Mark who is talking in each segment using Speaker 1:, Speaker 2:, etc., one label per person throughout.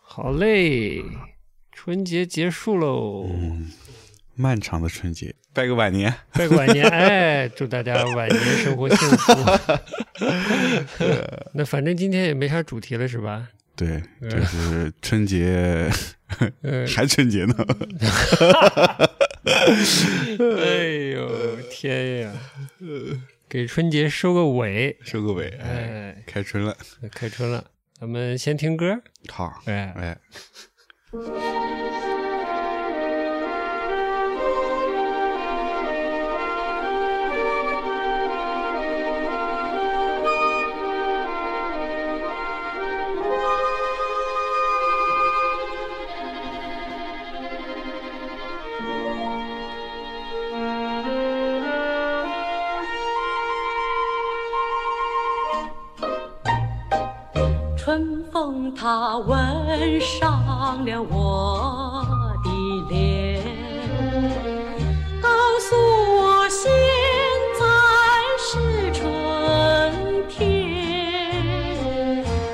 Speaker 1: 好嘞，春节结束喽，
Speaker 2: 漫长的春节，拜个晚年。
Speaker 1: 拜个晚年，哎，祝大家晚年生活幸福。那反正今天也没啥主题了，是吧？
Speaker 2: 对，这是 春节，
Speaker 1: 呃，
Speaker 2: 还春节呢。
Speaker 1: 哎呦天呀，给春节收个尾，
Speaker 2: 收个尾，哎，
Speaker 1: 哎，
Speaker 2: 开春了。
Speaker 1: 开春了，咱们先听歌，
Speaker 2: 好，
Speaker 1: 哎，
Speaker 2: 哎，
Speaker 3: 春风它吻上了我的脸，告诉我现在是春天。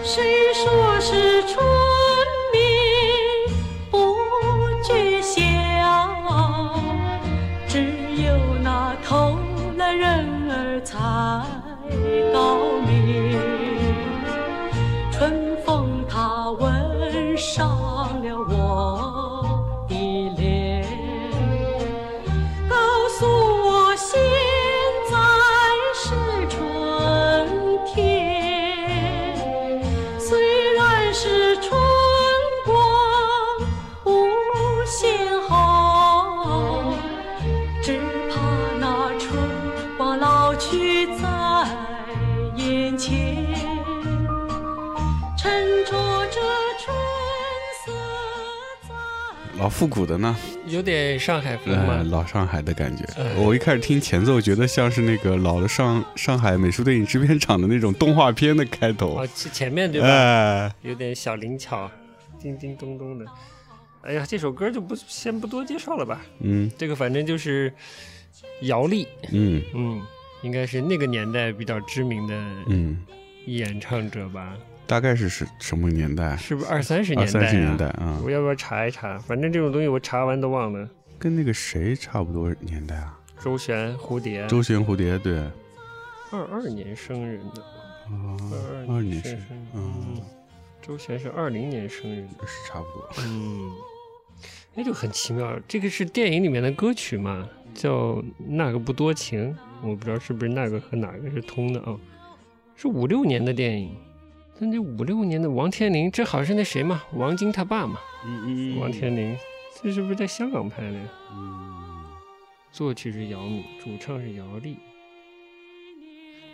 Speaker 3: 谁说是春眠不觉晓？只有那偷了人儿才高明。春风它吻上了我的脸，告诉我现在是春天。虽然是春光无限好，只怕那春光老去在眼前。趁着这春色在。
Speaker 2: 老复古的呢，
Speaker 1: 有点上海风
Speaker 2: 呃，
Speaker 1: 嘛，
Speaker 2: 老上海的感觉。
Speaker 1: 呃
Speaker 2: 我一开始听前奏，觉得像是那个老的上上海美术电影制片厂的那种动画片的开头
Speaker 1: 哦，。前前面对吧？
Speaker 2: 哎，
Speaker 1: 有点小灵巧，叮叮咚咚的。哎呀，这首歌就不先不多介绍了吧。
Speaker 2: 嗯
Speaker 1: 这个反正就是姚丽，
Speaker 2: 嗯
Speaker 1: 嗯，应该是那个年代比较知名的
Speaker 2: 嗯，
Speaker 1: 演唱者吧？
Speaker 2: 大概是是什么年代？
Speaker 1: 是不是二三十
Speaker 2: 二
Speaker 1: 年代、啊？
Speaker 2: 三十年代啊，
Speaker 1: 我要不要查一查？反正这种东西我查完都忘了。
Speaker 2: 跟那个谁差不多年代啊？
Speaker 1: 周璇、蝴蝶，
Speaker 2: 周旋蝴蝶，对，
Speaker 1: 二二年生人的，
Speaker 2: 啊，
Speaker 1: 二
Speaker 2: 二
Speaker 1: 年
Speaker 2: 年
Speaker 1: 生
Speaker 2: 是
Speaker 1: 人，，
Speaker 2: 嗯，
Speaker 1: 周璇是二零年生人的，
Speaker 2: 是差不多。
Speaker 1: 嗯，那就很奇妙。这个是电影里面的歌曲嘛，叫《那个不多情》，我不知道是不是那个和哪个是通的啊、是五六年的电影。但这五六年的王天林，这好像是那谁嘛，王晶他爸嘛，
Speaker 2: 嗯
Speaker 1: 王天林，这是不是在香港拍的呀？
Speaker 2: 嗯，
Speaker 1: 作曲是姚敏，主唱是姚丽。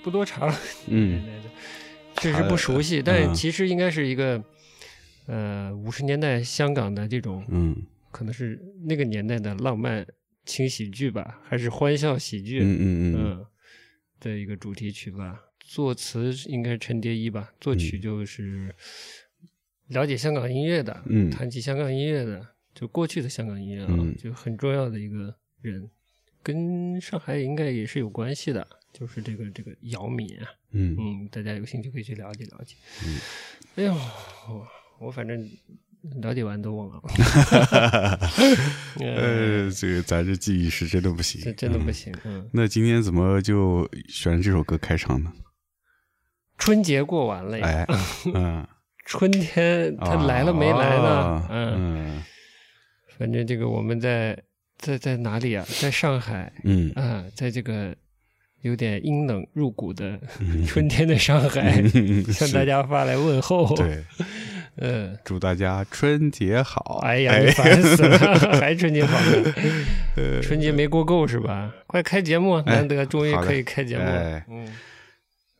Speaker 1: 不多查了，
Speaker 2: 嗯，
Speaker 1: 确实不熟悉，
Speaker 2: 查了
Speaker 1: 但
Speaker 2: 嗯
Speaker 1: 其实应该是一个，呃，五十年代香港的这种，
Speaker 2: 嗯，
Speaker 1: 可能是那个年代的浪漫轻喜剧吧，还是欢笑喜剧，
Speaker 2: 嗯嗯嗯，
Speaker 1: 嗯的一个主题曲吧。作词应该是陈蝶衣吧，作
Speaker 2: 嗯
Speaker 1: 曲就是了解香港音乐的，
Speaker 2: 嗯
Speaker 1: 谈起香港音乐的，就过去的香港音乐啊，
Speaker 2: 嗯
Speaker 1: 就很重要的一个人，跟上海应该也是有关系的，就是这个这个姚敏啊，
Speaker 2: 嗯，
Speaker 1: 嗯，大家有兴趣可以去了解了解。哎呦，我我反正了解完都忘了，呃，
Speaker 2: 呃，这个咱这记忆是真的不
Speaker 1: 这
Speaker 2: 行，
Speaker 1: 真的不
Speaker 2: 嗯。
Speaker 1: 行，嗯，
Speaker 2: 那今天怎么就选这首歌开场呢？
Speaker 1: 春节过完了呀。
Speaker 2: 哎，嗯，
Speaker 1: 春天他来了没来呢？
Speaker 2: 啊
Speaker 1: 嗯，
Speaker 2: 嗯
Speaker 1: 反正这个我们在在在哪里啊？在上海
Speaker 2: 嗯
Speaker 1: 啊，在这个有点阴冷入骨的春天的上海，
Speaker 2: 嗯，
Speaker 1: 向大
Speaker 2: 是
Speaker 1: 家发来问候。，
Speaker 2: 对，
Speaker 1: 嗯，
Speaker 2: 祝大家春节好。
Speaker 1: 哎呀，你烦死 了，还春节好呢？春节没过够是吧？快开节目，难得终于
Speaker 2: 哎好嘞
Speaker 1: 可以开节目了
Speaker 2: 哎。
Speaker 1: 嗯，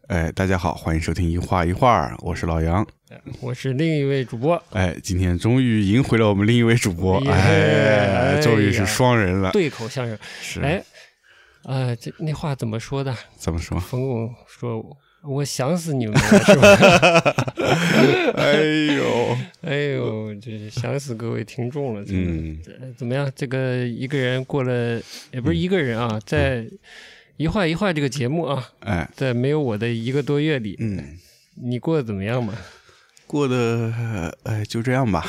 Speaker 2: 哎，大家好，欢迎收听一画一画，我是老杨。
Speaker 1: 我是另一位主播，
Speaker 2: 哎，今天终于迎回了我们另一位主播，
Speaker 1: 耶
Speaker 2: 哎，终
Speaker 1: 哎
Speaker 2: 于
Speaker 1: 呀
Speaker 2: 是双人了。
Speaker 1: 对口相声。
Speaker 2: 是，
Speaker 1: 哎，啊，这那话怎么说的？
Speaker 2: 怎 么说？
Speaker 1: 冯巩说：“我想死你们了，是吧？
Speaker 2: 哎呦，
Speaker 1: 哎呦，这是想死各位听众了，真
Speaker 2: 嗯
Speaker 1: 的。呃怎么样？这个一个人过了，也不是一个人
Speaker 2: 嗯
Speaker 1: 啊，在一画一画这个节目啊，
Speaker 2: 哎，
Speaker 1: 在没有我的一个多月里，
Speaker 2: 嗯，
Speaker 1: 你过得怎么样嘛？
Speaker 2: 过得哎就这样吧，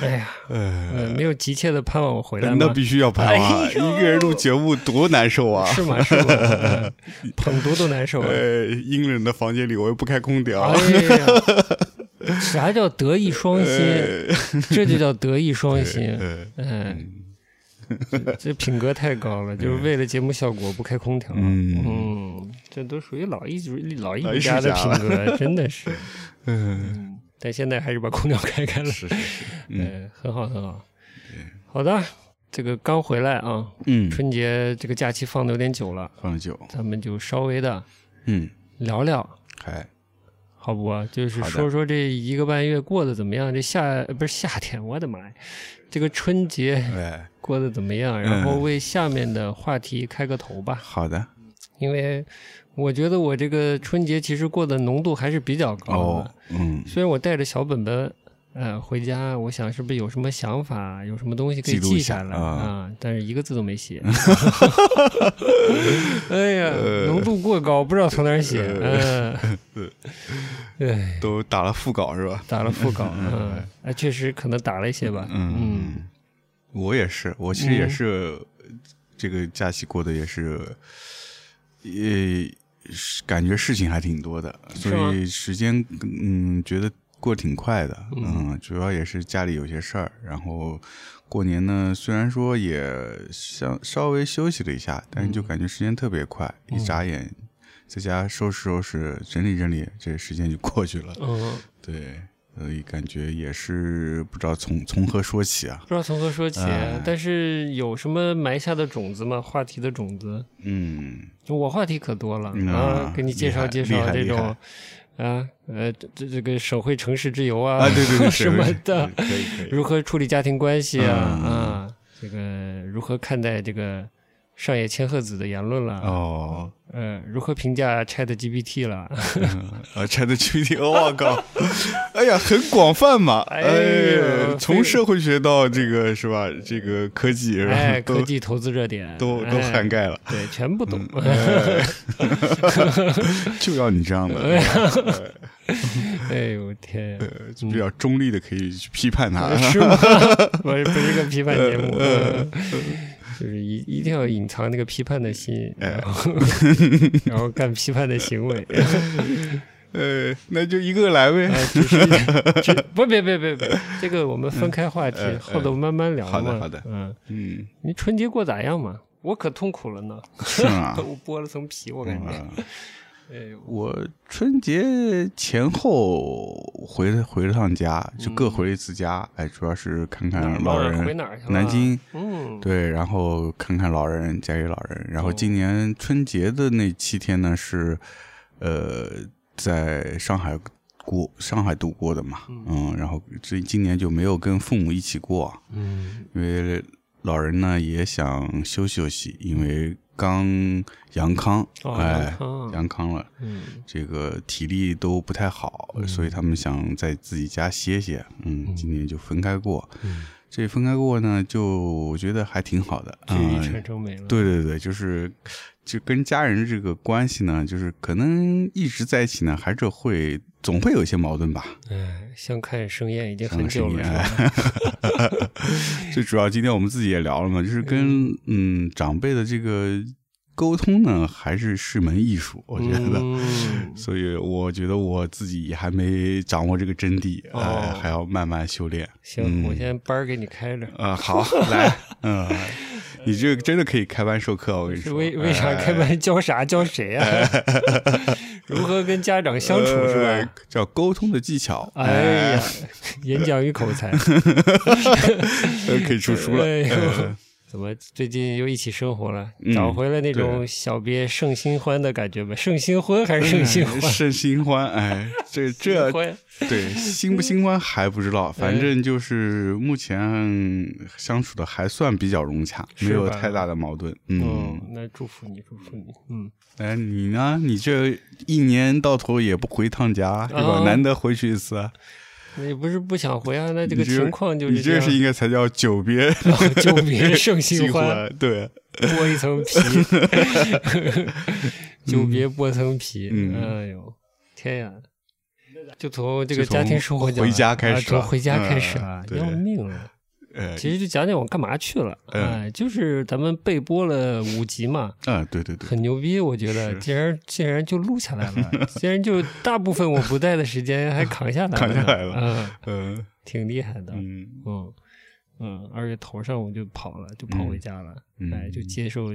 Speaker 1: 哎呀，呃，没有急切的盼望我回来吗？
Speaker 2: 那必须要拍啊！
Speaker 1: 哎
Speaker 2: 一
Speaker 1: 呦
Speaker 2: 个人录节目多难受啊！
Speaker 1: 是吗？是吗？ 嗯捧多都难受啊。
Speaker 2: 呃，阴冷的房间里我又不开空调，
Speaker 1: 哎呀， 啥叫德艺双馨？
Speaker 2: 呃
Speaker 1: 这就叫德艺 双馨。
Speaker 2: 呃
Speaker 1: 嗯，这
Speaker 2: 嗯
Speaker 1: 这品格太高了，就是为了节目效果不开空调。
Speaker 2: 嗯
Speaker 1: 嗯，这都属于老艺术老艺
Speaker 2: 老
Speaker 1: 术
Speaker 2: 艺术
Speaker 1: 家的
Speaker 2: 家
Speaker 1: 品
Speaker 2: 了
Speaker 1: 格，真的是。
Speaker 2: 嗯，
Speaker 1: 但现在还是把空调开开了，
Speaker 2: 是是是，嗯
Speaker 1: 嗯，很好很好。好的，这个刚回来啊，
Speaker 2: 嗯，
Speaker 1: 春节这个假期放的有点久了，
Speaker 2: 放了酒，
Speaker 1: 咱们就稍微的
Speaker 2: 嗯，
Speaker 1: 聊聊，
Speaker 2: 还
Speaker 1: 好不啊？就是
Speaker 2: 好的
Speaker 1: 说说这一个半月过得怎么样？这夏呃不是夏天，我的妈呀，这个春节
Speaker 2: 哎，
Speaker 1: 过得怎么样？然后为下面的话题开个头吧，
Speaker 2: 好的，
Speaker 1: 因为我觉得我这个春节其实过的浓度还是比较高的。
Speaker 2: 哦，嗯，
Speaker 1: 虽然我带着小本本，呃，回家，我想是不是有什么想法，有什么东西可以
Speaker 2: 记录
Speaker 1: 记
Speaker 2: 一下
Speaker 1: 下来
Speaker 2: 啊
Speaker 1: 啊、但是一个字都没 写。 哎呀，
Speaker 2: 呃
Speaker 1: 浓度过高，不知道从哪儿写。嗯、 对，
Speaker 2: 都打了副稿是吧？
Speaker 1: 打了副 稿，嗯，哎，确实可能打了一些吧。嗯，
Speaker 2: 嗯，我也是，我其实也
Speaker 1: 嗯
Speaker 2: 是，这个假期过得也是，也是感觉事情还挺多的，
Speaker 1: 是
Speaker 2: 所
Speaker 1: 吗
Speaker 2: 以时间嗯觉得过得挺快的，嗯主要也是家里有些事儿，然后过年呢，虽然说也想稍微休息了一下，
Speaker 1: 嗯
Speaker 2: 但是就感觉时间特别快，一眨眼。在家收拾收拾，整理整理，这时间就过去了。
Speaker 1: 嗯，
Speaker 2: 对，所以感觉也是不知道从从何说起啊
Speaker 1: 不。知道从何说起、
Speaker 2: 哎
Speaker 1: 但是有什么埋下的种子吗？话题的种子，
Speaker 2: 嗯，
Speaker 1: 我话题可多了、
Speaker 2: 嗯
Speaker 1: 啊，给你介绍
Speaker 2: 厉害
Speaker 1: 介
Speaker 2: 厉
Speaker 1: 绍
Speaker 2: 害
Speaker 1: 这
Speaker 2: 厉
Speaker 1: 种
Speaker 2: 害
Speaker 1: 啊，呃，这这这个手绘城市之游啊，
Speaker 2: 啊，对 对对，
Speaker 1: 什么的，
Speaker 2: 可以可以可以。
Speaker 1: 如何处理家庭关系啊
Speaker 2: 嗯
Speaker 1: 啊，这个如何看待这个上野千鹤子的言论了？
Speaker 2: 哦，
Speaker 1: 呃，如何评价 Chat GPT 了？
Speaker 2: 啊，ChatGPT，我靠，哎呀，很广泛嘛，
Speaker 1: 哎
Speaker 2: 哎
Speaker 1: 呦
Speaker 2: 呀，
Speaker 1: 非
Speaker 2: 从社会学到这个是吧，这个科技是吧，
Speaker 1: 哎，
Speaker 2: 都
Speaker 1: 科技投资热点
Speaker 2: 都都嗯
Speaker 1: 哎
Speaker 2: 涵盖了，
Speaker 1: 对，全部懂。
Speaker 2: 就要你这样的，
Speaker 1: 哎呦天呀，
Speaker 2: 呃比较中立的可以去批判它。
Speaker 1: 是吗？我不是一个批判节目，嗯 就是一一定要隐藏那个批判的心，
Speaker 2: 哎
Speaker 1: 然后然后干批判的行为。
Speaker 2: 呃，那就一个来呗。
Speaker 1: 哎，只是只不别别别别，这个我们分开话题，
Speaker 2: 嗯
Speaker 1: 后头慢慢聊嘛。
Speaker 2: 好的好的
Speaker 1: 嗯，
Speaker 2: 嗯，
Speaker 1: 你春节过咋样嘛？我可痛苦了呢，
Speaker 2: 是 吗？
Speaker 1: 我剥了层皮，我感觉。
Speaker 2: 啊
Speaker 1: 哎呦，
Speaker 2: 我春节前后回回了趟家，就各回了一次家。哎，主要是看
Speaker 1: 哪
Speaker 2: 看
Speaker 1: 儿
Speaker 2: 老
Speaker 1: 哪儿回
Speaker 2: 人
Speaker 1: 哪儿去，了？
Speaker 2: 南京。
Speaker 1: 嗯，哦
Speaker 2: 对，然后看看老人，家里老人。然后今年春节的那七天呢，是呃在上海过，上海度过的嘛。嗯，然后这今年就没有跟父母一起过，
Speaker 1: 嗯，
Speaker 2: 因为老人呢也想休息休息，因为刚阳康，
Speaker 1: 哦
Speaker 2: 哎
Speaker 1: 阳，康
Speaker 2: 阳康了。
Speaker 1: 嗯，
Speaker 2: 这个体力都不太好，所以他们想在自己家歇歇。嗯，今年就分开过。
Speaker 1: 嗯
Speaker 2: 这分开过呢，就我觉得还挺好的。
Speaker 1: 聚
Speaker 2: 嗯
Speaker 1: 一传承没了。
Speaker 2: 对对对，就是就跟家人这个关系呢，就是可能一直在一起呢，还是会总会有一些矛盾吧。
Speaker 1: 哎，相看生厌已经很久了，
Speaker 2: 相
Speaker 1: 是
Speaker 2: 看哎
Speaker 1: 吧？
Speaker 2: 最主要今天我们自己也聊了嘛，就是跟嗯长辈的这个沟通呢，还是是门艺术，我觉得。
Speaker 1: 嗯
Speaker 2: 所以我觉得我自己还没掌握这个真谛，
Speaker 1: 哦
Speaker 2: 呃，还要慢慢修炼。
Speaker 1: 行，
Speaker 2: 嗯
Speaker 1: 我先班儿给你开着。
Speaker 2: 啊、好，来，嗯，你这个真的可以开班授课，我跟你
Speaker 1: 是
Speaker 2: 说。
Speaker 1: 为为啥开
Speaker 2: 哎
Speaker 1: 班教啥教谁啊？ 如何跟家长相处是吧？
Speaker 2: 呃 叫沟通的技巧，
Speaker 1: 哎呀，演讲与口 才
Speaker 2: 呃，可以出书了。
Speaker 1: 哎呦
Speaker 2: 呃
Speaker 1: 怎么最近又一起生活了？
Speaker 2: 嗯
Speaker 1: 找回了那种
Speaker 2: 对
Speaker 1: 小别胜新欢的感觉呗？胜新婚还是胜新 欢？
Speaker 2: 胜新欢，哎，这嗯这
Speaker 1: 欢哎
Speaker 2: 对新不新欢还不知道，反正就是目前相处的还算比较融洽，
Speaker 1: 是
Speaker 2: 没有
Speaker 1: 吧
Speaker 2: 太大的矛盾。
Speaker 1: 嗯
Speaker 2: 嗯，，
Speaker 1: 那祝福你，祝福你。嗯，
Speaker 2: 哎，你呢？你这一年到头也不回趟家，是吧？
Speaker 1: 啊
Speaker 2: 难得回去一次啊，
Speaker 1: 那也不是不想回啊，那这
Speaker 2: 这
Speaker 1: 个情况就是
Speaker 2: 你这
Speaker 1: 样
Speaker 2: 是应该才叫久别
Speaker 1: 久别 胜新
Speaker 2: 新
Speaker 1: 欢，
Speaker 2: 欢，对，
Speaker 1: 剥一层皮， 久别剥层皮。
Speaker 2: 嗯
Speaker 1: 哎呦，天呀！就从这个家庭生活讲
Speaker 2: 就从回家开始
Speaker 1: 啊
Speaker 2: 啊
Speaker 1: 从回家开始
Speaker 2: 嗯
Speaker 1: 啊，
Speaker 2: 对
Speaker 1: 要命啊！
Speaker 2: 呃，
Speaker 1: 其实就讲讲我干嘛去了，
Speaker 2: 嗯
Speaker 1: 哎，就是咱们备播了五集嘛，
Speaker 2: 嗯，对对对，
Speaker 1: 很牛逼，我觉得
Speaker 2: 是
Speaker 1: 竟然竟然就录下来了， 竟然就大部分我不在的时间还扛下来了，
Speaker 2: 扛下来了
Speaker 1: 嗯，
Speaker 2: 呃，
Speaker 1: 挺厉害的，
Speaker 2: 嗯
Speaker 1: 嗯嗯，而且头上我就跑了，就跑回家了，
Speaker 2: 嗯
Speaker 1: 哎，就接受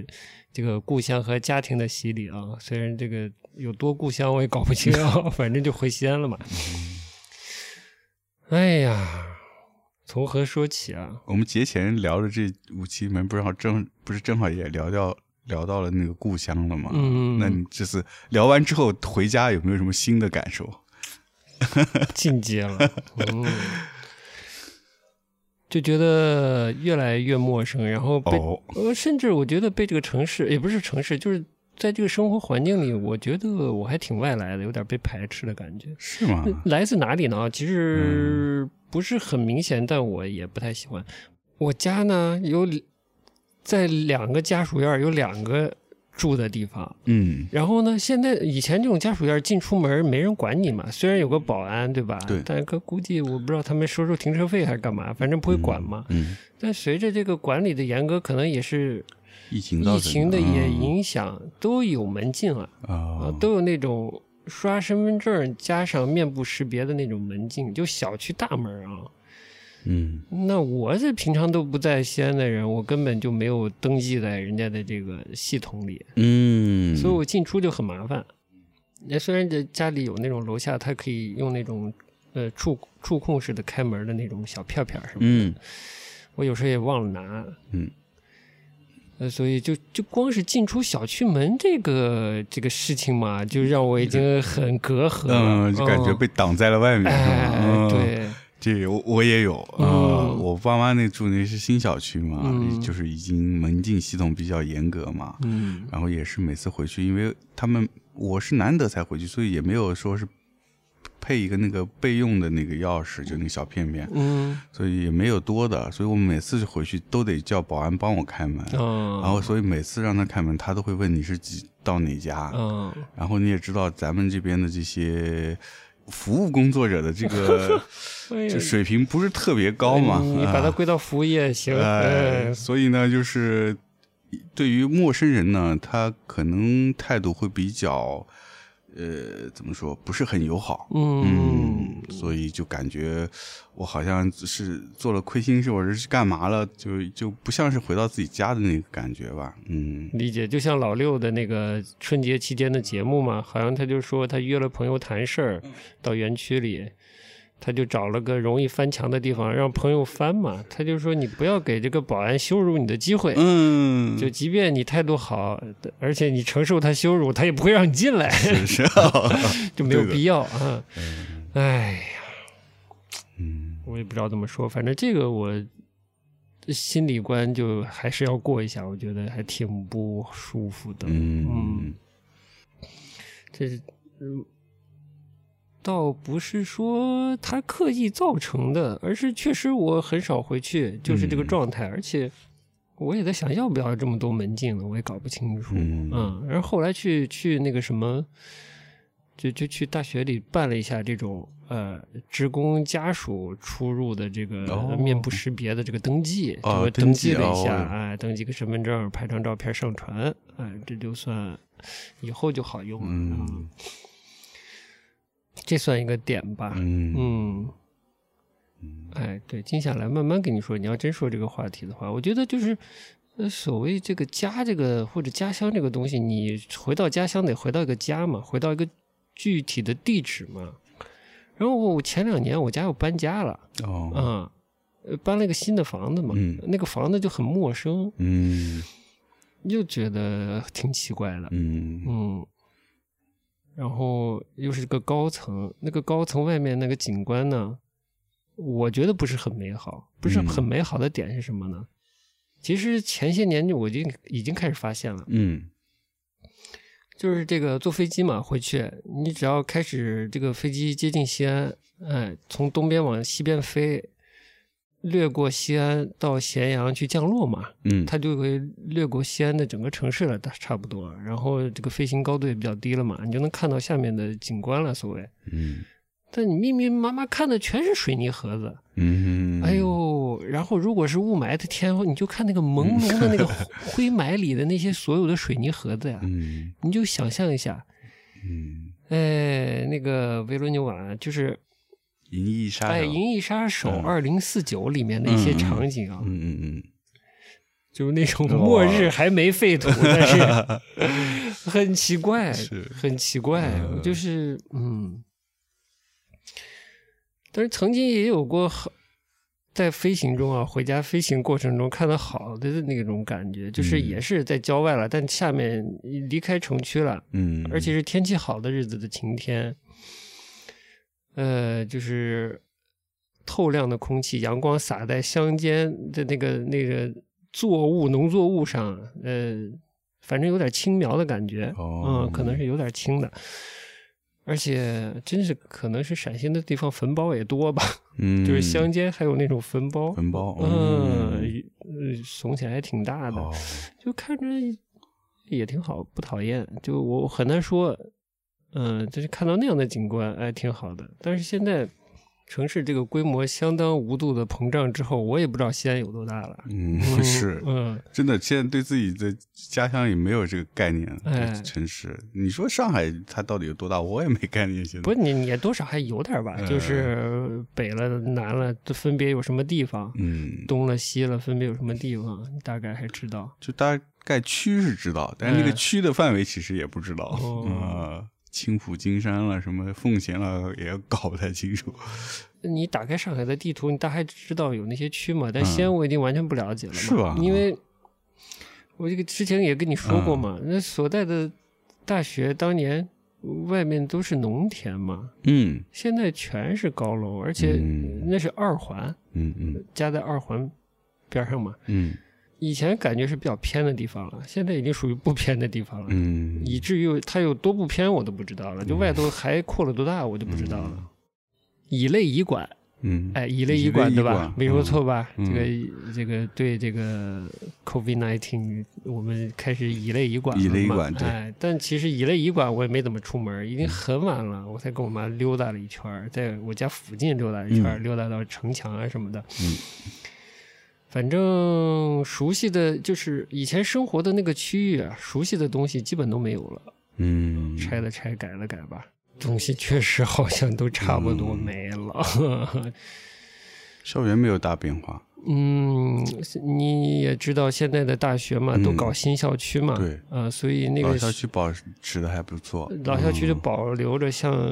Speaker 1: 这个故乡和家庭的洗礼啊。虽然这个有多故乡我也搞不 清啊，反正就回西安了嘛。哎呀，从何说起啊？
Speaker 2: 我们节前聊的这五期里面，不是好正不是正好也聊到聊到了那个故乡了吗？
Speaker 1: 嗯
Speaker 2: 那你这次聊完之后回家有没有什么新的感受？
Speaker 1: 进阶 了，嗯，就觉得越来越陌生，然后被、
Speaker 2: 哦，
Speaker 1: 呃，甚至我觉得被这个城市，也不是城市，就是在这个生活环境里，我觉得我还挺外来的，有点被排斥的感觉。
Speaker 2: 是吗？
Speaker 1: 来自哪里呢？其实
Speaker 2: 嗯
Speaker 1: 不是很明显，但我也不太喜欢。我家呢有在两个家属院儿有两个住的地方，
Speaker 2: 嗯，
Speaker 1: 然后呢，现在以前这种家属院进出门没人管你嘛，虽然有个保安，对吧？
Speaker 2: 对
Speaker 1: 但可估计我不知道他们收收停车费还是干嘛，反正不会管嘛。
Speaker 2: 嗯，
Speaker 1: 但随着这个管理的严格，可能也是
Speaker 2: 疫情造
Speaker 1: 疫
Speaker 2: 成嗯
Speaker 1: 情的也影响，都有门禁了、啊
Speaker 2: 啊，，
Speaker 1: 都有那种刷身份证加上面部识别的那种门禁，就小区大门啊。
Speaker 2: 嗯
Speaker 1: 那我这平常都不在西安的人，我根本就没有登记在人家的这个系统里。
Speaker 2: 嗯，
Speaker 1: 所以我进出就很麻烦。那虽然这家里有那种楼下，它可以用那种呃触触控式的开门的那种小片片儿什么，
Speaker 2: 嗯
Speaker 1: 我有时候也忘了拿，
Speaker 2: 嗯
Speaker 1: 呃，所以就就光是进出小区门这个这个事情嘛，就让我已经很隔阂了，
Speaker 2: 嗯，就感觉被挡在了外面，
Speaker 1: 嗯哎
Speaker 2: 嗯，
Speaker 1: 对，
Speaker 2: 这我我也有啊、
Speaker 1: 嗯
Speaker 2: 我爸妈那住那是新小区嘛，
Speaker 1: 嗯
Speaker 2: 就是已经门禁系统比较严格嘛，
Speaker 1: 嗯
Speaker 2: 然后也是每次回去，因为他们我是难得才回去，所以也没有说是配一个那个备用的那个钥匙，就那个小片片，
Speaker 1: 嗯
Speaker 2: 所以也没有多的，所以我每次回去都得叫保安帮我开门，然
Speaker 1: 啊
Speaker 2: 后所以每次让他开门，他都会问你是几到哪家，
Speaker 1: 啊
Speaker 2: 然后你也知道咱们这边的这些服务工作者的这 个
Speaker 1: 哎呀
Speaker 2: 就水平不是特别高嘛，
Speaker 1: 哎你把它
Speaker 2: 啊
Speaker 1: 归到服务业行，
Speaker 2: 哎，
Speaker 1: 嗯
Speaker 2: 所以呢，就是对于陌生人呢，他可能态度会比较，呃，怎么说，不是很友好。
Speaker 1: 嗯
Speaker 2: 嗯，所以就感觉我好像是做了亏心事，或者是干嘛了，就就不像是回到自己家的那个感觉吧。嗯，
Speaker 1: 理解，就像老六的那个春节期间的节目嘛，好像他就说他约了朋友谈事儿，
Speaker 2: 嗯
Speaker 1: 到园区里，他就找了个容易翻墙的地方让朋友翻嘛。他就说你不要给这个保安羞辱你的机会，
Speaker 2: 嗯，
Speaker 1: 就即便你态度好，而且你承受他羞辱，他也不会让你进来，
Speaker 2: 是 是，啊
Speaker 1: 就没有
Speaker 2: 对的
Speaker 1: 必要啊。哎呀，
Speaker 2: 嗯
Speaker 1: 我也不知道怎么说，反正这个我。心理关就还是要过一下，我觉得还挺不舒服的。
Speaker 2: 嗯
Speaker 1: 这是，嗯，倒不是说他刻意造成的，而是确实我很少回去，就是这个
Speaker 2: 嗯
Speaker 1: 状态，而且我也在想要不要这么多门禁了，我也搞不清楚。
Speaker 2: 嗯
Speaker 1: 嗯，然后后来去去那个什么，就就去大学里办了一下这种呃职工家属出入的这个
Speaker 2: 哦
Speaker 1: 面部识别的这个登记，
Speaker 2: 哦
Speaker 1: 这个
Speaker 2: 登记
Speaker 1: 记了一下，
Speaker 2: 哦
Speaker 1: 哎，登记个身份证，拍张照片上传，哎，这就算以后就好用了，啊
Speaker 2: 嗯
Speaker 1: 这算一个点吧，
Speaker 2: 嗯
Speaker 1: 嗯
Speaker 2: 嗯
Speaker 1: 哎，对，接下来慢慢跟你说。你要真说这个话题的话，我觉得就是，呃，所谓这个家，这个或者家乡这个东西，你回到家乡得回到一个家嘛，回到一个具体的地址嘛。然后我前两年我家又搬家了
Speaker 2: 哦
Speaker 1: 啊、呃搬了一个新的房子嘛，
Speaker 2: 嗯
Speaker 1: 那个房子就很陌生，
Speaker 2: 嗯
Speaker 1: 又觉得挺奇怪的，
Speaker 2: 嗯
Speaker 1: 嗯。然后又是个高层，那个高层外面那个景观呢，我觉得不是很美好。不是
Speaker 2: 嗯
Speaker 1: 很美好的点是什么呢？其实前些年我就已经开始发现了，
Speaker 2: 嗯
Speaker 1: 就是这个坐飞机嘛，回去你只要开始这个飞机接近西安，哎，从东边往西边飞，掠过西安到咸阳去降落嘛，
Speaker 2: 嗯，
Speaker 1: 它就会掠过西安的整个城市了，它差不多。然后这个飞行高度也比较低了嘛，你就能看到下面的景观了，所谓。
Speaker 2: 嗯
Speaker 1: 但你密密麻麻看的全是水泥盒子，
Speaker 2: 嗯，
Speaker 1: 哎，呦！然后如果是雾霾的天，你就看那个
Speaker 2: 嗯
Speaker 1: 朦胧的那 个灰霾里的那些所有的水泥盒子呀，
Speaker 2: 嗯
Speaker 1: 你就想象一下，
Speaker 2: 嗯，
Speaker 1: 哎，那个维罗纽瓦就是
Speaker 2: 银翼杀手，
Speaker 1: 哎《银翼杀手
Speaker 2: 嗯
Speaker 1: 二零四九》里面的一些
Speaker 2: 嗯嗯
Speaker 1: 场景啊，
Speaker 2: 嗯嗯嗯。
Speaker 1: 就是那
Speaker 2: 哦
Speaker 1: 种末日还没废 土，但是很奇怪，
Speaker 2: 是
Speaker 1: 很奇怪，
Speaker 2: 嗯
Speaker 1: 就是嗯，但是曾经也有过好在飞行中啊，回家飞行过程中看到好的那种感觉，就是
Speaker 2: 嗯
Speaker 1: 也是在郊外了，但下面离开城区了，
Speaker 2: 嗯，
Speaker 1: 而且是天气好的日子的晴天，呃，就是透亮的空气，阳光洒在乡间的那个那个作物、农作物上，呃，反正有点青苗的感觉，
Speaker 2: 哦
Speaker 1: 嗯，可能是有点青的，而且真是可能是陕西那地方坟包也多吧，
Speaker 2: 嗯，
Speaker 1: 就是乡间还有那种坟包，
Speaker 2: 文包，
Speaker 1: 嗯，呃耸起来还挺大的，
Speaker 2: 哦，
Speaker 1: 就看着也挺好，不讨厌。就我很难说，嗯、就是看到那样的景观，哎，挺好的。但是现在城市这个规模相当无度的膨胀之后，我也不知道西安有多大了。
Speaker 2: 嗯，是，
Speaker 1: 嗯，
Speaker 2: 真的，现在对自己的家乡也没有这个概念，
Speaker 1: 哎
Speaker 2: 对城市，你说上海它到底有多大，我也没概念。现在
Speaker 1: 不，，你你多少还有点吧，就是北了南了，这分别有什么地方，
Speaker 2: 嗯，
Speaker 1: 东了西了分别有什么地方，大概还知道。
Speaker 2: 就大概区是知道，但是那个
Speaker 1: 哎
Speaker 2: 区的范围其实也不知道。
Speaker 1: 哦
Speaker 2: 呃，青浦金山了，什么奉贤了，也搞不太清楚。
Speaker 1: 你打开上海的地图，你大概知道有那些区嘛？但
Speaker 2: 嗯
Speaker 1: 西安我已经完全不了解了嘛，
Speaker 2: 是吧
Speaker 1: 因为我这个之前也跟你说
Speaker 2: 嗯
Speaker 1: 过嘛，那所在的大学当年外面都是农田嘛，
Speaker 2: 嗯
Speaker 1: 现在全是高楼，而且
Speaker 2: 嗯
Speaker 1: 那是二环
Speaker 2: 嗯嗯
Speaker 1: 加在二环边上嘛。
Speaker 2: 嗯
Speaker 1: 以前感觉是比较偏的地方了，现在已经属于不偏的地方了，
Speaker 2: 嗯，
Speaker 1: 以至于它有多不偏我都不知道了，就外头还扩了多大我就不知道了。以类以管。
Speaker 2: 嗯
Speaker 1: 哎，以类
Speaker 2: 以
Speaker 1: 以管
Speaker 2: 类
Speaker 1: 对
Speaker 2: 以管
Speaker 1: 吧？没说
Speaker 2: 嗯
Speaker 1: 错吧？
Speaker 2: 嗯
Speaker 1: 这个这个对这个 COVID nineteen，我们开始以类以管
Speaker 2: 以
Speaker 1: 了
Speaker 2: 类以
Speaker 1: 嘛
Speaker 2: 管对
Speaker 1: 哎，但其实以类以管我也没怎么出门，已经很晚了，我才跟我妈溜达了一圈儿，在我家附近溜达一圈儿，溜达到城墙啊什么的。
Speaker 2: 嗯
Speaker 1: 反正熟悉的就是以前生活的那个区域啊，熟悉的东西基本都没有了。
Speaker 2: 嗯，
Speaker 1: 拆了拆，改了改吧。东西确实好像都差不
Speaker 2: 嗯
Speaker 1: 多没了。
Speaker 2: 校园没有大变化。
Speaker 1: 嗯，你也知道现在的大学嘛，
Speaker 2: 嗯
Speaker 1: 都搞新校区嘛，
Speaker 2: 对
Speaker 1: 啊、所以那
Speaker 2: 老
Speaker 1: 个
Speaker 2: 校区保持的还不错，
Speaker 1: 老校区就
Speaker 2: 嗯
Speaker 1: 保留着像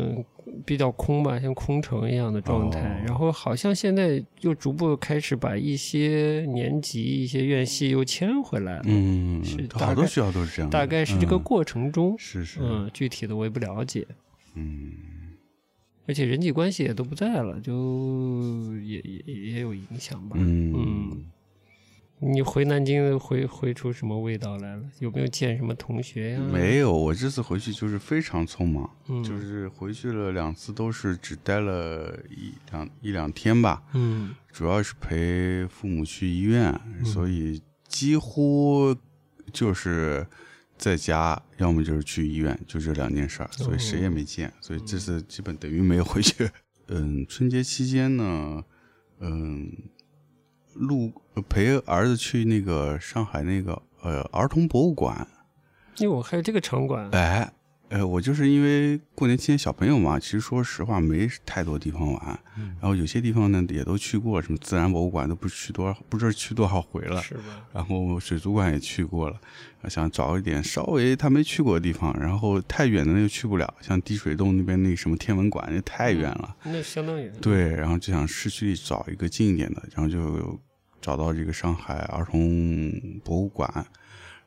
Speaker 1: 比较空吧，像空城一样的状态。
Speaker 2: 哦
Speaker 1: 然后好像现在又逐步开始把一些年级、一些院系又迁回来了，
Speaker 2: 嗯，
Speaker 1: 是大
Speaker 2: 好多
Speaker 1: 概
Speaker 2: 学校都是这样的，
Speaker 1: 大概是这个
Speaker 2: 嗯
Speaker 1: 过程中。
Speaker 2: 是是，
Speaker 1: 嗯，具体的我也不了解。
Speaker 2: 嗯
Speaker 1: 而且人际关系也都不在了，就也也也也有影响吧。
Speaker 2: 嗯
Speaker 1: 嗯你回南京回回出什么味道来了？有没有见什么同学呀、
Speaker 2: 没有，我这次回去就是非常匆忙，
Speaker 1: 嗯
Speaker 2: 就是回去了两次，都是只待了一两一两天吧，
Speaker 1: 嗯
Speaker 2: 主要是陪父母去医院，所以几乎就是在家，要么就是去医院，就这两件事儿，所以谁也没见，所以这次基本等于没有回去。 嗯，春节期间呢，嗯，路呃陪儿子去那个上海那个呃儿童博物馆，
Speaker 1: 因为我还有这个场馆，
Speaker 2: 哎，呃，我就是因为过年期间小朋友嘛，其实说实话没太多地方玩，然后有些地方呢也都去过，什么自然博物馆都不知去多少，不知道去多少回了。
Speaker 1: 是吧？
Speaker 2: 然后水族馆也去过了，呃想找一点稍微他没去过的地方，然后太远的那就去不了，像滴水洞那边那什么天文馆那太远了。
Speaker 1: 那相当于
Speaker 2: 对，然后就想市区里找一个近一点的，然后就找到这个上海儿童博物馆，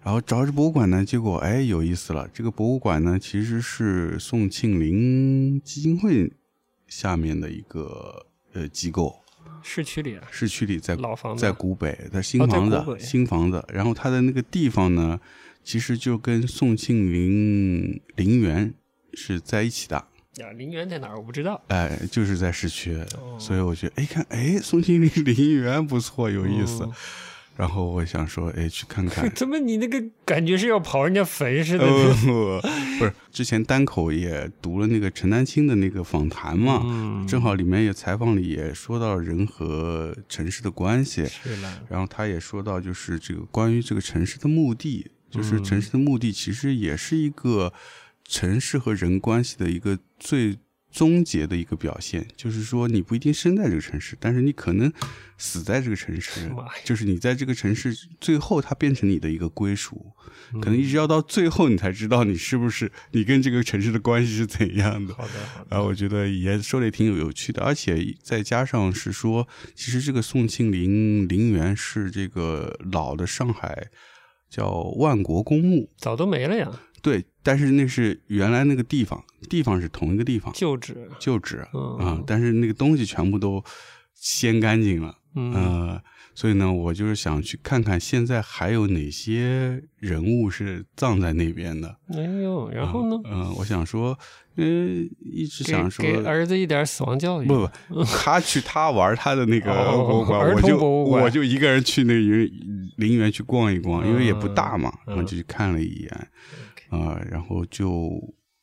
Speaker 2: 然后找这博物馆呢，结果哎有意思了，这个博物馆呢其实是宋庆龄基金会下面的一个呃机构，
Speaker 1: 市区里啊，
Speaker 2: 市区里在
Speaker 1: 老房子
Speaker 2: 在古北，在新房子，
Speaker 1: 哦在古北
Speaker 2: 新房子。然后它的那个地方呢，其实就跟宋庆龄陵园是在一起的，
Speaker 1: 呀，啊陵园在哪儿？我不知道。
Speaker 2: 哎，就是在市区。
Speaker 1: 哦哦
Speaker 2: 所以我觉得，哎，看，哎，宋庆龄陵园不错，有意思。然后我想说，哎，去看看
Speaker 1: 。怎么你那个感觉是要跑人家坟似的？
Speaker 2: 呃， 不不是，之前单口也读了那个陈丹青的那个访谈嘛，
Speaker 1: 嗯
Speaker 2: 正好里面也采访里也说到人和城市的关系，
Speaker 1: 是了，
Speaker 2: 然后他也说到，就是这个关于这个城市的目的，就是
Speaker 1: 嗯
Speaker 2: 城市的目的其实也是一个城市和人关系的一个最终结的一个表现。就是说，你不一定生在这个城市，但是你可能死在这个城市
Speaker 1: 妈呀，
Speaker 2: 就是你在这个城市最后它变成你的一个归属，
Speaker 1: 嗯
Speaker 2: 可能一直要到最后你才知道你是不是你跟这个城市的关系是怎样的。
Speaker 1: 好的好的，
Speaker 2: 然后我觉得也说的也挺有有趣的，而且再加上是说，其实这个宋庆龄陵园是这个老的上海叫万国公墓，
Speaker 1: 早都没了呀，
Speaker 2: 对，但是那是原来那个地方，地方是同一个地方，
Speaker 1: 旧址。
Speaker 2: 旧址啊、
Speaker 1: 嗯
Speaker 2: 但是那个东西全部都掀干净了，
Speaker 1: 嗯，
Speaker 2: 呃，所以呢，我就是想去看看现在还有哪些人物是葬在那边的。
Speaker 1: 哎呦，然后呢？
Speaker 2: 嗯、我想说，嗯、一直
Speaker 1: 给
Speaker 2: 想说
Speaker 1: 给儿子一点死亡教育。
Speaker 2: 不不，他去他玩他的那个
Speaker 1: 哦
Speaker 2: 博物馆，
Speaker 1: 儿
Speaker 2: 我
Speaker 1: 童
Speaker 2: 就
Speaker 1: 博物馆
Speaker 2: 我就一个人去那个园陵园去逛一逛，因为也不大嘛，
Speaker 1: 嗯
Speaker 2: 然后就去看了一眼，啊、然后就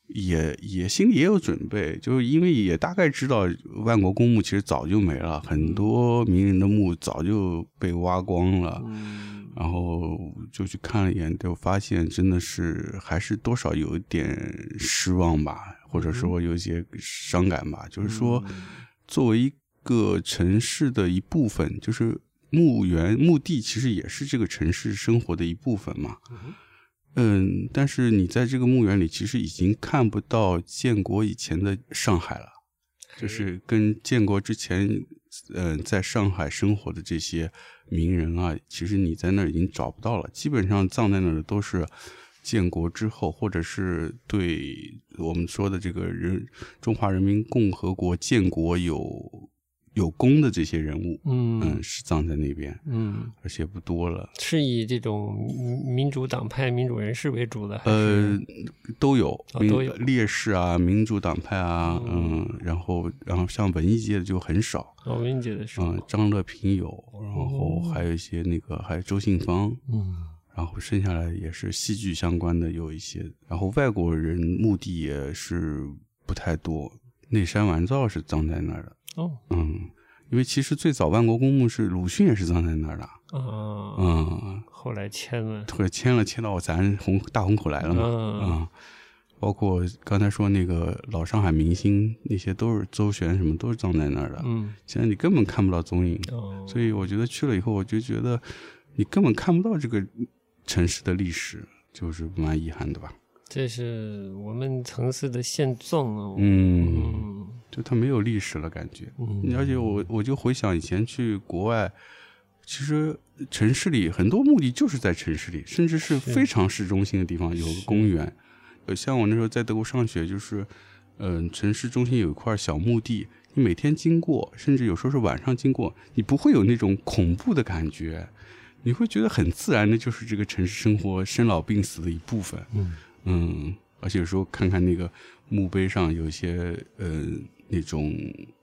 Speaker 2: 也也心里也有准备，就是因为也大概知道万国公墓其实早就没了，
Speaker 1: 嗯
Speaker 2: 很多名人的墓早就被挖光了。
Speaker 1: 嗯，
Speaker 2: 然后就去看了一眼，就发现真的是还是多少有一点失望吧，或者说有一些伤感吧。就是说，作为一个城市的一部分，就是墓园、墓地其实也是这个城市生活的一部分嘛。嗯，但是你在这个墓园里，其实已经看不到建国以前的上海了。就是跟建国之前，呃，在上海生活的这些名人啊，其实你在那儿已经找不到了，基本上葬在那儿的都是建国之后，或者是对我们说的这个人中华人民共和国建国有有功的这些人物，
Speaker 1: 嗯
Speaker 2: 嗯，是葬在那边，
Speaker 1: 嗯，
Speaker 2: 而且不多了。
Speaker 1: 是以这种民民主党派、民主人士为主的，还
Speaker 2: 呃
Speaker 1: 是，
Speaker 2: 都有，
Speaker 1: 哦
Speaker 2: 民
Speaker 1: 都有
Speaker 2: 烈士啊，民主党派啊，
Speaker 1: 嗯
Speaker 2: 嗯，然后然后像文艺界的就很少，
Speaker 1: 老文姐的说，
Speaker 2: 嗯，张乐平有，然后
Speaker 1: 哦
Speaker 2: 还有一些那个，还有周信芳，
Speaker 1: 嗯
Speaker 2: 然后剩下来也是戏剧相关的有一些，然后外国人墓地也是不太多，内山完造是葬在那儿的，
Speaker 1: 哦
Speaker 2: 嗯，因为其实最早万国公墓是鲁迅也是葬在那儿的，
Speaker 1: 啊，
Speaker 2: 嗯，
Speaker 1: 后来签了，
Speaker 2: 或者迁了迁到咱虹大虹口来了嘛，
Speaker 1: 嗯
Speaker 2: 嗯，包括刚才说那个老上海明星那些都是周璇什么都是葬在那儿的，
Speaker 1: 嗯，
Speaker 2: 现在你根本看不到踪影，
Speaker 1: 哦，
Speaker 2: 所
Speaker 1: 以
Speaker 2: 以我觉得去了以后，我就觉得你根本看不到这个城市的历史，就是蛮遗憾的吧。
Speaker 1: 这是我们城市的现状哦。
Speaker 2: 嗯，
Speaker 1: 嗯
Speaker 2: 就它没有历史了，感觉。
Speaker 1: 嗯，
Speaker 2: 而且我我就回想以前去国外，其实城市里很多目的就是在城市里，甚至是非常市中心的地方有个公园。呃，像我那时候在德国上学，就是嗯、城市中心有一块小墓地。你每天经过，甚至有时候是晚上经过，你不会有那种恐怖的感觉，你会觉得很自然的，就是这个城市生活生老病死的一部分。
Speaker 1: 嗯
Speaker 2: 嗯，而且有时候看看那个墓碑上有一些呃那种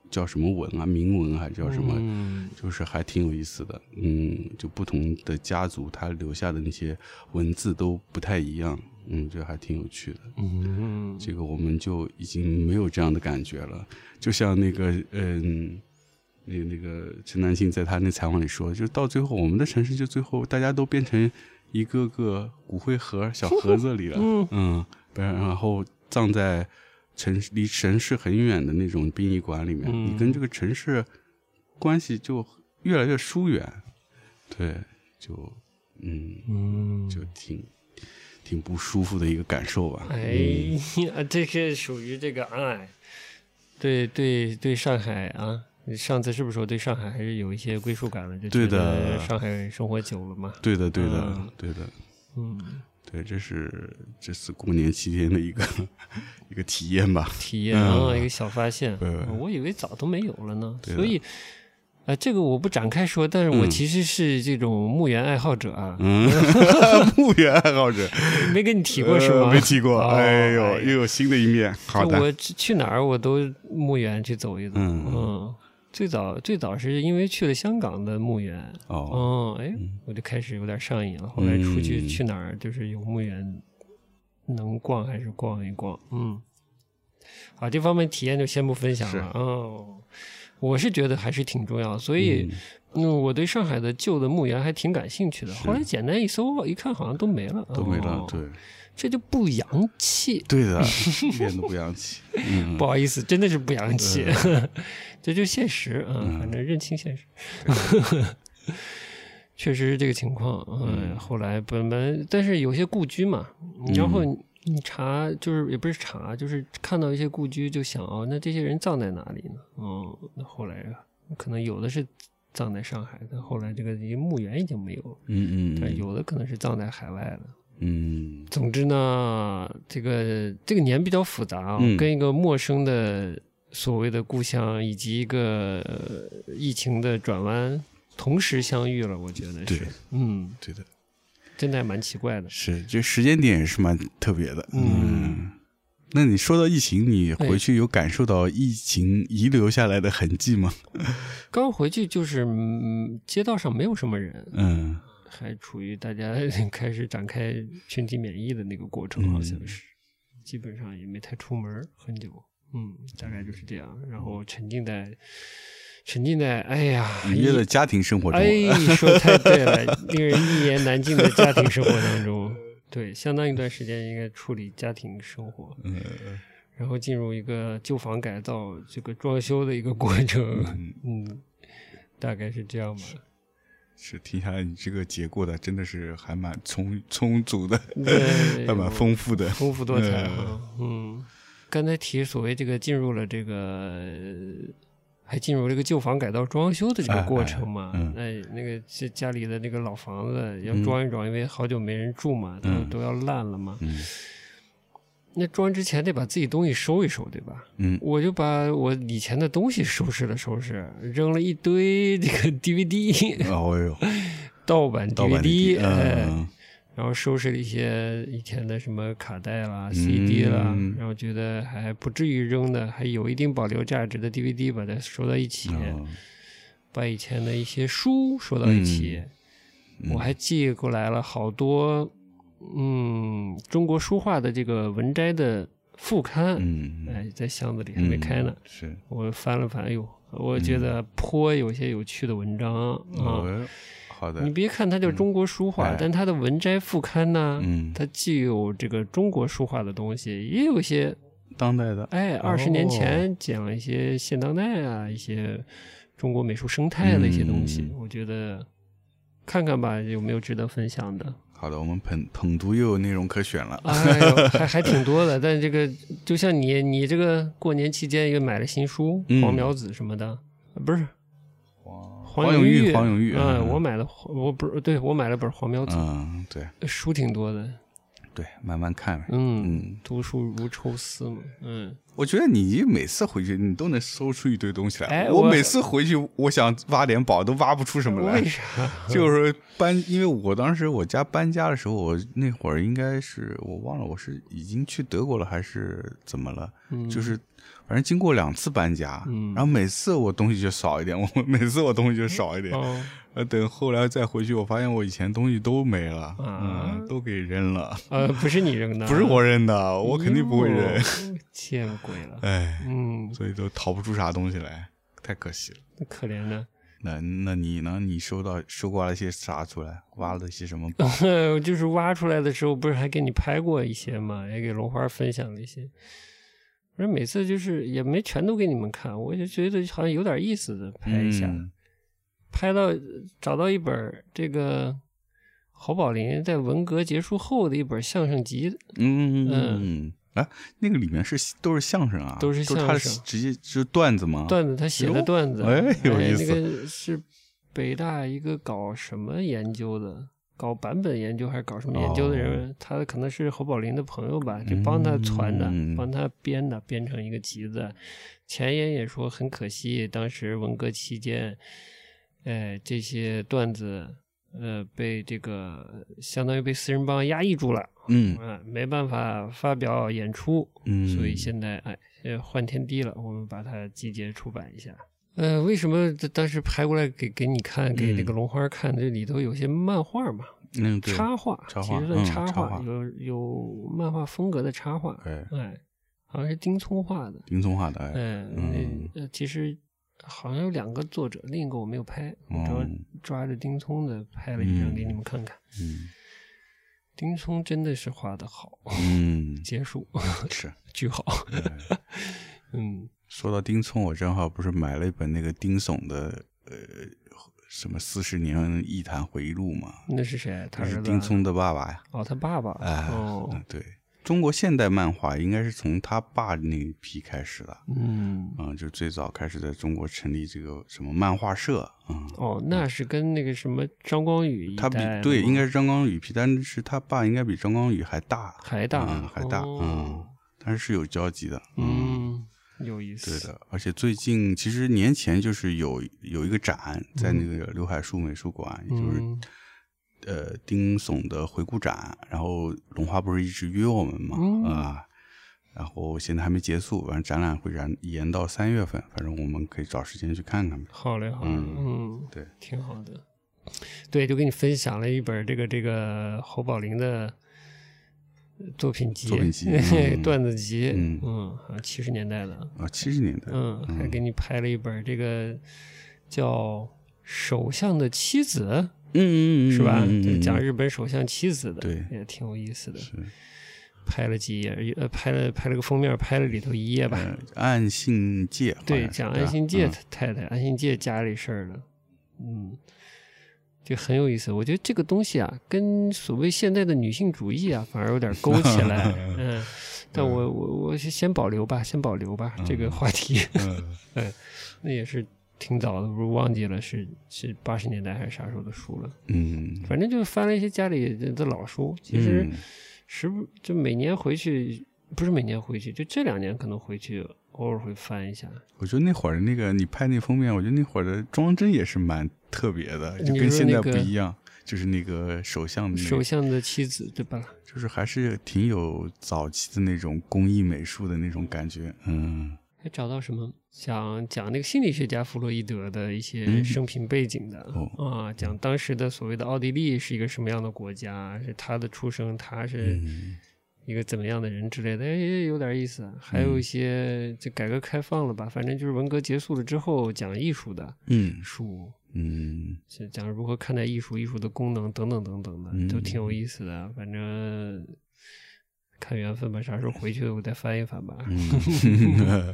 Speaker 2: 叫什么文啊，铭文还是叫什么，
Speaker 1: 嗯
Speaker 2: 就是还挺有意思的。嗯，就不同的家族他留下的那些文字都不太一样。嗯，这还挺有趣的。
Speaker 1: 嗯，
Speaker 2: 这个我们就已经没有这样的感觉了。就像那个嗯，那那个陈丹青在他那采访里说，就是到最后我们的城市就最后大家都变成一个个骨灰盒小盒子里了，
Speaker 1: 嗯
Speaker 2: 嗯，然然后葬在城市离城市很远的那种殡仪馆里面，
Speaker 1: 嗯
Speaker 2: 你跟这个城市关系就越来越疏远，对，就嗯，
Speaker 1: 嗯，
Speaker 2: 就挺挺不舒服的一个感受吧，
Speaker 1: 哎
Speaker 2: 嗯
Speaker 1: 呀，这是属于这个哎，对对对，上海啊，上次是不是说对上海还是有一些归属感了？就觉
Speaker 2: 对的
Speaker 1: 得上海生活久了嘛，
Speaker 2: 对的，对的，
Speaker 1: 嗯
Speaker 2: 对的，
Speaker 1: 嗯，
Speaker 2: 对，这是这次过年期间的 一个一个体验吧。
Speaker 1: 体验
Speaker 2: 嗯
Speaker 1: 啊，一个小发现哦
Speaker 2: 对，
Speaker 1: 我以为早都没有了呢，
Speaker 2: 对的
Speaker 1: 所以。啊、这个我不展开说，但是我
Speaker 2: 嗯
Speaker 1: 其实是这种墓园爱好者啊，
Speaker 2: 嗯，墓园爱好者
Speaker 1: 没跟你提过是吗？
Speaker 2: 呃 没提过。
Speaker 1: 哦
Speaker 2: 哎呦，
Speaker 1: 哎呀
Speaker 2: 又有新的一面。好
Speaker 1: 就
Speaker 2: 的，
Speaker 1: 我去去哪儿我都墓园去走一走，
Speaker 2: 嗯
Speaker 1: 嗯，最早最早是因为去了香港的墓园，
Speaker 2: 哦，
Speaker 1: 哦，哎，我就开始有点上瘾了。后来出去
Speaker 2: 嗯
Speaker 1: 去哪儿，就是有墓园能逛还是逛一逛。嗯，啊，这方面体验就先不分享了。哦，我是觉得还是挺重要，所以嗯，我对上海的旧的墓园还挺感兴趣的。后来简单一搜一看，好像都没了，
Speaker 2: 都没了
Speaker 1: 哦，
Speaker 2: 对，
Speaker 1: 这就不洋气。
Speaker 2: 对的，一点都不洋气，嗯，
Speaker 1: 不好意思，真的是不洋气， 这就现实啊，反正认清现实。 确实是这个情况，嗯，后来本本，但是有些故居嘛，然后你查就是也不是查，就是看到一些故居就想哦，那这些人葬在哪里呢？哦，那后来可能有的是葬在上海，但后来这个已经墓园已经没有了，
Speaker 2: 嗯嗯
Speaker 1: 但
Speaker 2: 嗯
Speaker 1: 有的可能是葬在海外了。
Speaker 2: 嗯，
Speaker 1: 总之呢，这个这个年比较复杂啊、
Speaker 2: 嗯
Speaker 1: 跟一个陌生的所谓的故乡，以及一个、呃疫情的转弯，同时相遇了。我觉得
Speaker 2: 对
Speaker 1: 是，嗯，
Speaker 2: 对的，
Speaker 1: 真的还蛮奇怪的。
Speaker 2: 是这时间点也是蛮特别的，
Speaker 1: 嗯
Speaker 2: 嗯。那你说到疫情，你
Speaker 1: 哎
Speaker 2: 回去有感受到疫情遗留下来的痕迹吗？
Speaker 1: 刚回去就是、嗯、街道上没有什么人，
Speaker 2: 嗯，
Speaker 1: 还处于大家开始展开群体免疫的那个过程，
Speaker 2: 嗯
Speaker 1: 好像是，基本上也没太出门儿很久，嗯，大概就是这样。然后沉浸在沉浸在，哎呀，
Speaker 2: 愉悦
Speaker 1: 一
Speaker 2: 的家庭生活中
Speaker 1: 哎
Speaker 2: 了，，
Speaker 1: 说得太对了，令人一言难尽的家庭生活当 中，对，相当一段时间应该处理家庭生活，
Speaker 2: 嗯，
Speaker 1: 然后进入一个旧房改造、这个装修的一个过程，嗯，大概是这样吧。
Speaker 2: 是听下来你这个结果的，真的是还蛮充充足的，
Speaker 1: 对
Speaker 2: 还蛮丰富的，
Speaker 1: 丰富多彩
Speaker 2: 嗯
Speaker 1: 啊，嗯。刚才提所谓这个进入了这个，呃还进入这个旧房改造装修的这个过程嘛？
Speaker 2: 哎哎
Speaker 1: 那、那个家家里的那个老房子要
Speaker 2: 嗯
Speaker 1: 装一装，因为好久没人住嘛，都、
Speaker 2: 嗯
Speaker 1: 都要烂了嘛。
Speaker 2: 嗯
Speaker 1: 那装之前得把自己东西收一收，对吧？
Speaker 2: 嗯
Speaker 1: 我就把我以前的东西收拾了收拾，扔了一堆这个 DVD
Speaker 2: 哦呦，
Speaker 1: 盗版
Speaker 2: 盗版
Speaker 1: DVD，哎、
Speaker 2: 嗯
Speaker 1: 然后收拾了一些以前的什么卡带啦、CD 啦，
Speaker 2: 嗯
Speaker 1: 然后觉得还不至于扔的，还有一定保留价值的 DVD 把它收到一起，
Speaker 2: 哦
Speaker 1: 把以前的一些书收到一起。
Speaker 2: 嗯
Speaker 1: 我还寄过来了好多，嗯，中国书画的这个文摘的副刊，
Speaker 2: 嗯，
Speaker 1: 哎，在箱子里还
Speaker 2: 嗯
Speaker 1: 没开呢。
Speaker 2: 是，
Speaker 1: 我翻了翻，哎呦，我觉得颇有些有趣的文章啊。
Speaker 2: 哦，好的
Speaker 1: 你，别看它叫中国书画，
Speaker 2: 哎
Speaker 1: 但它的文摘副刊呢，
Speaker 2: 嗯，
Speaker 1: 它既有这个中国书画的东西，也有一些
Speaker 2: 当代的，
Speaker 1: 哎，二十
Speaker 2: 哦
Speaker 1: 年前讲了一些现当代啊，一些中国美术生态的一些东西，
Speaker 2: 嗯
Speaker 1: 我觉得看看吧，有没有值得分享的？
Speaker 2: 好的，我们捧捧读又有内容可选了，
Speaker 1: 哎呦，还还挺多的。但这个就像你，你这个过年期间又买了新书《
Speaker 2: 嗯
Speaker 1: 黄苗子》什么的，呃不是永
Speaker 2: 黄永玉，黄永玉，
Speaker 1: 嗯，我买了，我不是对我买了本《黄苗子》
Speaker 2: 嗯，对
Speaker 1: 书挺多的，
Speaker 2: 对，慢慢看呗，
Speaker 1: 嗯，
Speaker 2: 嗯，
Speaker 1: 读书如抽丝嘛，嗯。
Speaker 2: 我觉得你每次回去，你都能搜出一堆东西来。
Speaker 1: 哎
Speaker 2: 我
Speaker 1: 我
Speaker 2: 每次回去，我想挖点宝，都挖不出什么来
Speaker 1: 为。啥？
Speaker 2: 就是搬，因为我当时我家搬家的时候，我那会儿应该是我忘了，我是已经去德国了还是怎么了？就是反正经过两次搬家，
Speaker 1: 嗯
Speaker 2: 然后每次我东西就少一点，我 每次我东西就少一点。
Speaker 1: 哦，
Speaker 2: 呃，等后来再回去，我发现我以前东西都没了，
Speaker 1: 啊
Speaker 2: 嗯，都给扔了，
Speaker 1: 呃，不是你扔的，
Speaker 2: 不是，我扔的，我肯定不会扔。，
Speaker 1: 见鬼了，
Speaker 2: 哎，
Speaker 1: 嗯，
Speaker 2: 所以都淘不出啥东西来，太可惜了。
Speaker 1: 那可怜的，
Speaker 2: 那那你呢？你收到收刮了些啥出来？挖了些什么宝？
Speaker 1: 就是挖出来的时候，不是还给你拍过一些嘛，也给龙花分享了一些。我说每次就是也没全都给你们看，我就觉得好像有点意思的拍一下，
Speaker 2: 嗯
Speaker 1: 拍到找到一本儿这个侯宝林在文革结束后的一本相声集，
Speaker 2: 嗯嗯，啊，那个里面是都是相声啊，
Speaker 1: 都是
Speaker 2: 是
Speaker 1: 相声
Speaker 2: 他是直接就是段子吗？
Speaker 1: 段子他写的
Speaker 2: 哟
Speaker 1: 段子，
Speaker 2: 哎有意思
Speaker 1: 那个是北大一个搞什么研究的，搞版本研究还是搞什么研究的
Speaker 2: 哦
Speaker 1: 人，他可能是侯宝林的朋友吧，就帮他传的，
Speaker 2: 嗯
Speaker 1: 帮他编的，编成一个集子。前言也说很可惜，当时文革期间，哎，这些段子。呃，被这个相当于被四人帮压抑住了，
Speaker 2: 嗯
Speaker 1: 啊，没办法发表演出，
Speaker 2: 嗯，
Speaker 1: 所以现在哎，呃，换天地了，我们把它集结出版一下。呃，为什么这当时拍过来给给你看，给那个龙花看？这里头有些漫画嘛，
Speaker 2: 嗯，对，
Speaker 1: 插画，
Speaker 2: 插
Speaker 1: 其
Speaker 2: 画
Speaker 1: 实
Speaker 2: 嗯
Speaker 1: 算插
Speaker 2: 插画
Speaker 1: 有有漫画风格的插画，
Speaker 2: 哎，
Speaker 1: 哎，好像是丁聪画的，
Speaker 2: 丁聪画的，哎，
Speaker 1: 哎，
Speaker 2: 嗯
Speaker 1: 那呃，其实好像有两个作者，另一个我没有拍，我主要
Speaker 2: 嗯
Speaker 1: 抓着丁聪的拍了一张给你们看看。
Speaker 2: 嗯
Speaker 1: 丁聪真的是画的好，
Speaker 2: 嗯，
Speaker 1: 结束
Speaker 2: 是。
Speaker 1: 句号，
Speaker 2: 哎
Speaker 1: 嗯，
Speaker 2: 说到丁聪，我正好不是买了一本那个丁总的呃什么四十年艺坛回忆录嘛，
Speaker 1: 那是谁？他
Speaker 2: 他
Speaker 1: 儿
Speaker 2: 是
Speaker 1: 子
Speaker 2: 哎丁聪的爸爸呀，
Speaker 1: 哦，他爸爸
Speaker 2: 哎，
Speaker 1: 哦
Speaker 2: 嗯，对中国现代漫画应该是从他爸那一批开始的，
Speaker 1: 嗯。
Speaker 2: 嗯，就最早开始在中国成立这个什么漫画社，嗯，
Speaker 1: 哦，那是跟那个什么张光宇一
Speaker 2: 他比
Speaker 1: 代的
Speaker 2: 对
Speaker 1: 吗
Speaker 2: 应该是张光宇批，但是他爸应该比张光宇还大，
Speaker 1: 还大，
Speaker 2: 嗯还大，
Speaker 1: 哦
Speaker 2: 嗯，但是是有交集的，
Speaker 1: 嗯，有意思，
Speaker 2: 对，的，而且最近其实年前就是有有一个展在那个刘海树美术馆，也就是
Speaker 1: 嗯
Speaker 2: 呃丁总的回顾展，然后龙花不是一直约我们嘛
Speaker 1: 嗯
Speaker 2: 啊、然后现在还没结束，反正展览会延延到三月份，反正我们可以找时间去看看呗。
Speaker 1: 好嘞，好嘞，
Speaker 2: 嗯
Speaker 1: 嗯，
Speaker 2: 对，
Speaker 1: 挺好的，对，就给你分享了一本这个这个侯宝林的作品集，
Speaker 2: 作 品集嗯
Speaker 1: 段子集，
Speaker 2: 嗯
Speaker 1: 嗯，七十年代的，
Speaker 2: 啊，七十年代，
Speaker 1: 嗯，还给你拍了一本这个叫。首相的妻子
Speaker 2: 嗯
Speaker 1: 是吧？
Speaker 2: 嗯嗯
Speaker 1: 就
Speaker 2: 嗯
Speaker 1: 讲日本首相妻子的，
Speaker 2: 对
Speaker 1: 也挺有意思的。
Speaker 2: 是
Speaker 1: 拍了几页，呃，拍了拍了个封面，拍了里头一页吧。
Speaker 2: 呃岸信介好像是，
Speaker 1: 对，讲
Speaker 2: 吧
Speaker 1: 安信介
Speaker 2: 嗯
Speaker 1: 太太、安信介家里事儿的，嗯，就很有意思。我觉得这个东西啊，跟所谓现代的女性主义啊，反而有点勾起 来。嗯，但我我我是先保留吧，先保留吧、这个话题。 嗯，那也是挺早的，不是忘记了是是八十年代还是啥时候的书了。
Speaker 2: 嗯，
Speaker 1: 反正就是翻了一些家里的老书，其实
Speaker 2: 嗯
Speaker 1: 时不就每年回去，不是每年回去，就这两年可能回去偶尔会翻一下。
Speaker 2: 我觉得那会儿那个你拍那封面，我觉得那会儿的装帧也是蛮特别的，就
Speaker 1: 你
Speaker 2: 跟
Speaker 1: 说
Speaker 2: 现在
Speaker 1: 那
Speaker 2: 不
Speaker 1: 个
Speaker 2: 一样。就是那个首相的那
Speaker 1: 首
Speaker 2: 个，
Speaker 1: 相的妻子对吧？
Speaker 2: 就是还是挺有早期的那种工艺美术的那种感觉。嗯
Speaker 1: 还找到什么想讲那个心理学家弗洛伊德的一些
Speaker 2: 嗯
Speaker 1: 生平背景的、
Speaker 2: 哦
Speaker 1: 啊，讲当时的所谓的奥地利是一个什么样的国家，是他的出生，他是
Speaker 2: 嗯
Speaker 1: 一个怎么样的人之类的，哎，有点意思啊。还
Speaker 2: 嗯
Speaker 1: 有一些就改革开放了吧，反正就是文革结束了之后讲艺术的
Speaker 2: 嗯
Speaker 1: 书，
Speaker 2: 嗯
Speaker 1: 是讲如何看待艺术、艺术的功能等等等等的，
Speaker 2: 嗯
Speaker 1: 都挺有意思的。反正看缘分吧，啥时候回去我再翻一翻吧。
Speaker 2: 嗯，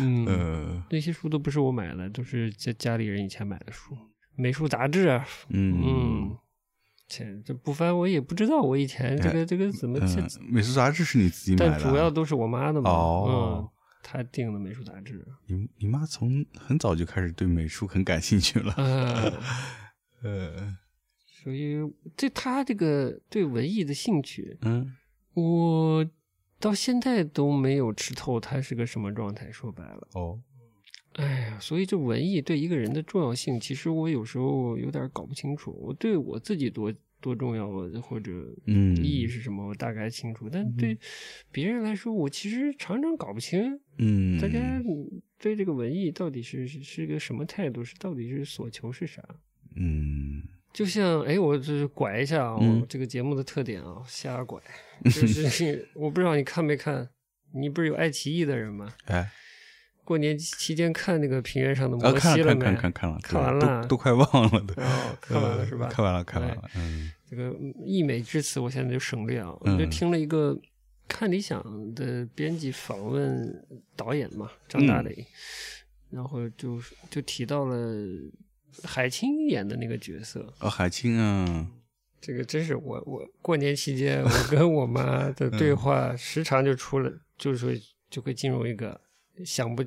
Speaker 1: 嗯，
Speaker 2: 呃
Speaker 1: 那些书都不是我买的，都是家家里人以前买的书，美术杂志啊。
Speaker 2: 嗯
Speaker 1: 嗯，这这不翻我也不知道我以前这个这个怎么这，
Speaker 2: 嗯，美术杂志是你自己买的
Speaker 1: 但
Speaker 2: 啊？
Speaker 1: 主要都是我妈的嘛。
Speaker 2: 哦
Speaker 1: 嗯，她订的美术杂 志
Speaker 2: 你你妈从很早就开始对美术很感兴趣了。
Speaker 1: 啊。
Speaker 2: 呃
Speaker 1: 所以这她这个对文艺的兴趣，
Speaker 2: 嗯
Speaker 1: 我到现在都没有吃透他是个什么状态。说白了，
Speaker 2: 哦
Speaker 1: 哎呀，所以这文艺对一个人的重要性，其实我有时候有点搞不清楚。我对我自己多多重要，我或者
Speaker 2: 嗯
Speaker 1: 意义是什么，我大概清楚。但对别人来说，我其实常常搞不清，
Speaker 2: 嗯，
Speaker 1: 大家对这个文艺到底是是是个什么态度，是到底是所求是啥？
Speaker 2: 嗯
Speaker 1: 就像哎，我就是拐一下啊，
Speaker 2: 嗯
Speaker 1: 我这个节目的特点啊，瞎拐，就是 我不知道你看没看，你不是有爱奇艺的人吗？
Speaker 2: 哎。
Speaker 1: 过年期间看那个《平原上的
Speaker 2: 啊，
Speaker 1: 摩
Speaker 2: 看
Speaker 1: 西》
Speaker 2: 了
Speaker 1: 了
Speaker 2: 看
Speaker 1: 没？
Speaker 2: 看看看了，
Speaker 1: 看
Speaker 2: 对
Speaker 1: 完
Speaker 2: 都
Speaker 1: 了
Speaker 2: 都快忘了都。
Speaker 1: 哦看完了是吧
Speaker 2: 呃看完了，看完
Speaker 1: 哎
Speaker 2: 了，嗯
Speaker 1: 这个溢美之词，我现在就省略啊。
Speaker 2: 嗯
Speaker 1: 我就听了一个看理想的编辑访问导演嘛，张大
Speaker 2: 嗯
Speaker 1: 雷，然后就就提到了海清演的那个角色，
Speaker 2: 哦，海清啊，
Speaker 1: 这个真是我我过年期间，我跟我妈的
Speaker 2: 嗯
Speaker 1: 对话时常就出了，就是会就会进入一个想不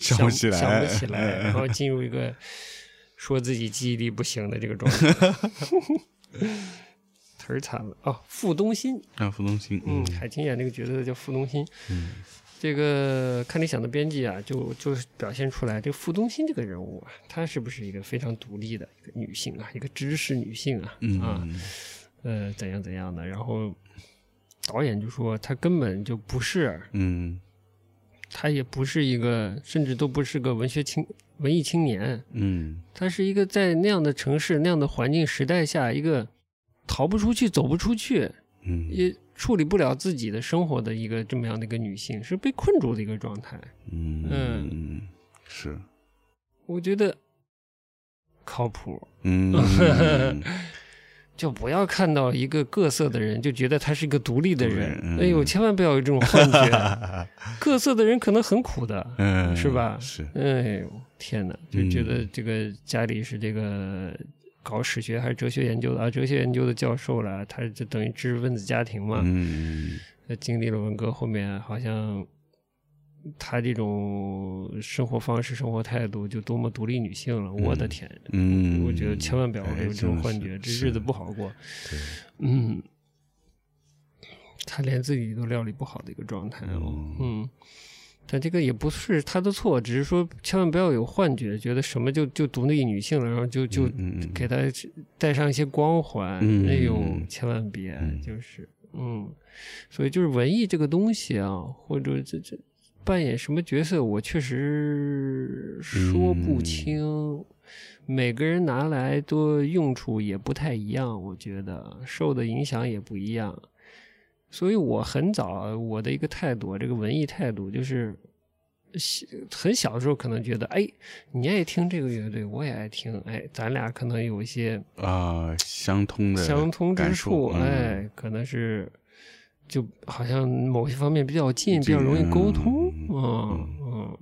Speaker 2: 想不起来
Speaker 1: 想不起来，
Speaker 2: 嗯
Speaker 1: 然后进入一个说自己记忆力不行的这个状态， 词儿惨了哦。傅东新，
Speaker 2: 让傅东兴，
Speaker 1: 嗯，海清演这个角色叫傅东新，
Speaker 2: 嗯
Speaker 1: 这个看理想的编辑啊，就就表现出来，这个傅东新这个人物啊，她是不是一个非常独立的一个女性啊，一个知识女性啊，啊。
Speaker 2: 嗯
Speaker 1: 呃怎样怎样的，然后导演就说他根本就不是
Speaker 2: 嗯
Speaker 1: 他也不是一个，甚至都不是个文学青文艺青年，
Speaker 2: 嗯
Speaker 1: 他是一个在那样的城市、那样的环境、时代下，一个逃不出去、走不出去，
Speaker 2: 嗯
Speaker 1: 也处理不了自己的生活的一个这么样的一个女性，是被困住的一个状态。
Speaker 2: 嗯
Speaker 1: 嗯
Speaker 2: 嗯，是，
Speaker 1: 我觉得靠谱，
Speaker 2: 嗯
Speaker 1: 就不要看到一个各色的人就觉得他是一个独立的人。
Speaker 2: 嗯
Speaker 1: 哎呦，千万不要有这种幻觉， 各色的人可能很苦的。
Speaker 2: 嗯，
Speaker 1: 是吧
Speaker 2: 是，
Speaker 1: 哎呦，天哪！就觉
Speaker 2: 嗯
Speaker 1: 得这个家里是这个搞史学还是哲学研究的啊，哲学研究的教授了，他就等于知识分子家庭嘛。
Speaker 2: 嗯
Speaker 1: 他经历了文革后面，好像他这种生活方式、生活态度就多么独立女性了。我的天！
Speaker 2: 嗯，
Speaker 1: 我觉得千万不要
Speaker 2: 哎
Speaker 1: 有这种幻觉，这
Speaker 2: 真的是
Speaker 1: 日子不好过。
Speaker 2: 对
Speaker 1: 嗯，他连自己都料理不好的一个状态哦。
Speaker 2: 嗯
Speaker 1: 嗯，但这个也不是他的错，只是说千万不要有幻觉，觉得什么就就独立女性了，然后就就
Speaker 2: 嗯嗯嗯
Speaker 1: 给她带上一些光环。
Speaker 2: 嗯
Speaker 1: 哎呦
Speaker 2: 嗯，嗯
Speaker 1: 千万别，
Speaker 2: 嗯
Speaker 1: 就是嗯，所以就是文艺这个东西啊，或者这这。扮演什么角色，我确实说不
Speaker 2: 嗯
Speaker 1: 清。每个人拿来的用处也不太一样，我觉得受的影响也不一样。所以我很早我的一个态度，这个文艺态度就是，小很小的时候可能觉得，哎，你爱听这个乐队，我也爱听，哎，咱俩可能有一些
Speaker 2: 啊，相通的
Speaker 1: 相通之
Speaker 2: 感
Speaker 1: 处
Speaker 2: 受，嗯
Speaker 1: 哎，可能是就好像某些方面比较近，比
Speaker 2: 近
Speaker 1: 较容易沟通，
Speaker 2: 嗯
Speaker 1: 嗯嗯。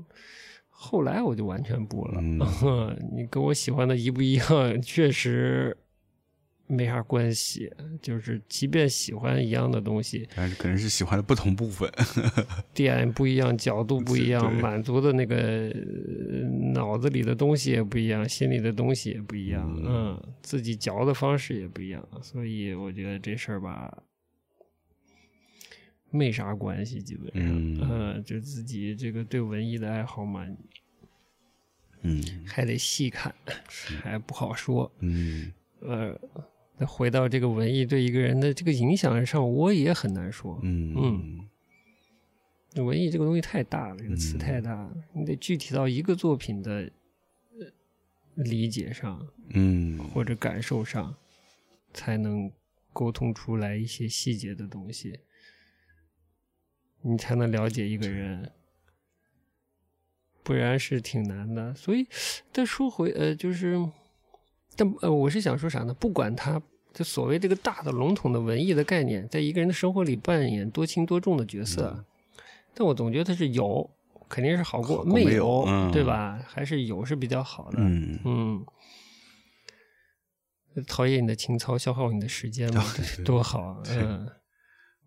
Speaker 1: 后来我就完全不了，
Speaker 2: 嗯
Speaker 1: 你跟我喜欢的一不一样，确实没啥关系。就是即便喜欢一样的东西，
Speaker 2: 但是可能是喜欢的不同部分，
Speaker 1: 点不一样，角度不一样，
Speaker 2: 对
Speaker 1: 满足的那个呃脑子里的东西也不一样，心里的东西也不一样，嗯，自己嚼的方式也不一样，所以我觉得这事儿吧，没啥关系，基本上，
Speaker 2: 嗯
Speaker 1: 就自己这个对文艺的爱好嘛，
Speaker 2: 嗯
Speaker 1: 还得细看，还不好说，
Speaker 2: 嗯
Speaker 1: 呃，那回到这个文艺对一个人的这个影响上，我也很难说，
Speaker 2: 嗯
Speaker 1: 嗯文艺这个东西太大了，这个词
Speaker 2: 嗯
Speaker 1: 太大了，你得具体到一个作品的呃理解上
Speaker 2: 嗯
Speaker 1: 或者感受上，才能沟通出来一些细节的东西，你才能了解一个人。不然是挺难的，所以，再说回呃，就是，但呃，我是想说啥呢？不管他，就所谓这个大的笼统的文艺的概念，在一个人的生活里扮演多轻多重的角色，但我总觉得是有，肯定是好过
Speaker 2: 嗯好过没有嗯
Speaker 1: 对吧？还是有是比较好的。
Speaker 2: 嗯，
Speaker 1: 嗯，陶冶你的情操，消耗你的时间嘛，这多好啊！嗯，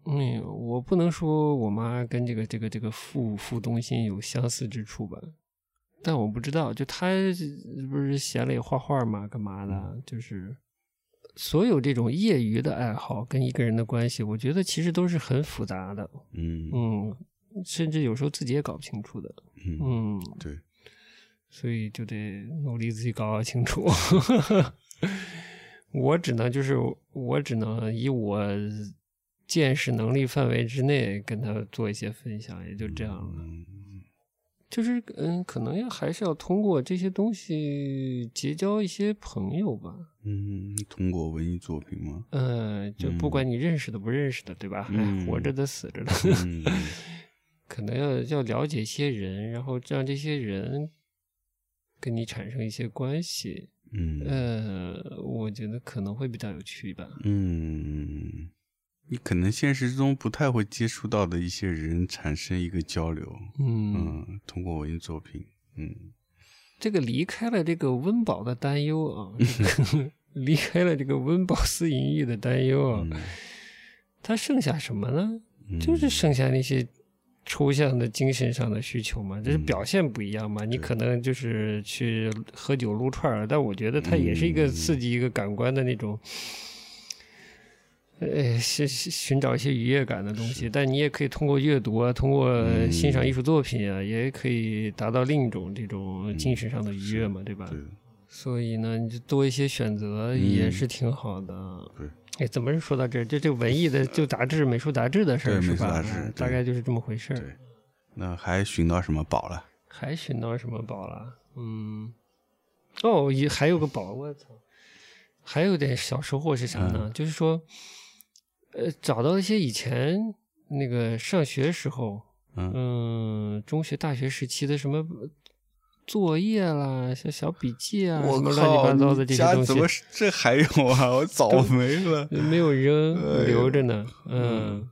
Speaker 1: 嗯，我不能说我妈跟这个这个这个傅傅东心有相似之处吧，但我不知道，就她不是闲了也画画嘛，干嘛的？就是所有这种业余的爱好跟一个人的关系，我觉得其实都是很复杂的，
Speaker 2: 嗯
Speaker 1: 嗯，甚至有时候自己也搞不清楚的，
Speaker 2: 嗯，
Speaker 1: 嗯，
Speaker 2: 对，
Speaker 1: 所以就得努力自己搞搞清楚。 我只能就是我只能以我见识能力范围之内跟他做一些分享，也就这样了。
Speaker 2: 嗯
Speaker 1: 就是嗯，可能要还是要通过这些东西结交一些朋友吧。
Speaker 2: 嗯，通过文艺作品吗？
Speaker 1: 嗯，就不
Speaker 2: 嗯
Speaker 1: 管你认识的不认识的，对吧？ 哎
Speaker 2: 嗯
Speaker 1: 活着的死着的，
Speaker 2: 嗯
Speaker 1: 可能要要了解一些人，然后让这些人跟你产生一些关系。
Speaker 2: 嗯
Speaker 1: 呃，我觉得可能会比较有趣吧。
Speaker 2: 嗯，你可能现实中不太会接触到的一些人产生一个交流，
Speaker 1: 嗯，
Speaker 2: 嗯，通过文艺作品，嗯
Speaker 1: 这个离开了这个温饱的担忧啊，这个 离开了这个温饱思淫欲的担忧啊，它剩下什么呢？
Speaker 2: 嗯
Speaker 1: 就是剩下那些抽象的精神上的需求嘛，
Speaker 2: 嗯
Speaker 1: 就是表现不一样嘛。你可能就是去喝酒撸串儿，但我觉得它也是一个
Speaker 2: 嗯
Speaker 1: 刺激一个感官的那种。呃，寻寻寻找一些愉悦感的东西，但你也可以通过阅读啊，通过
Speaker 2: 嗯
Speaker 1: 欣赏艺术作品啊，也可以达到另一种这种精神上的愉悦嘛，对吧？
Speaker 2: 对，
Speaker 1: 所以呢，你就多一些选择也是挺好的。
Speaker 2: 嗯对
Speaker 1: 哎，怎么说到这儿？就这文艺的，就杂志、美术杂志的事儿
Speaker 2: 对
Speaker 1: 是
Speaker 2: 美术
Speaker 1: 吧？
Speaker 2: 杂志
Speaker 1: 啊
Speaker 2: 对
Speaker 1: 大概就是这么回事儿。
Speaker 2: 对那还寻到什么宝了？
Speaker 1: 还寻到什么宝了？嗯，哦，也还有个宝，我操，还有点小收获是啥呢？
Speaker 2: 嗯
Speaker 1: 就是说，呃，找到一些以前那个上学时候，
Speaker 2: 嗯
Speaker 1: 嗯、中学、大学时期的什么作业啦、像小笔记啊，什么乱七八糟的这些
Speaker 2: 家
Speaker 1: 东西，
Speaker 2: 怎么是这还有啊？我早没了。
Speaker 1: 没有
Speaker 2: 哎呦
Speaker 1: 扔，留着呢。嗯
Speaker 2: 嗯，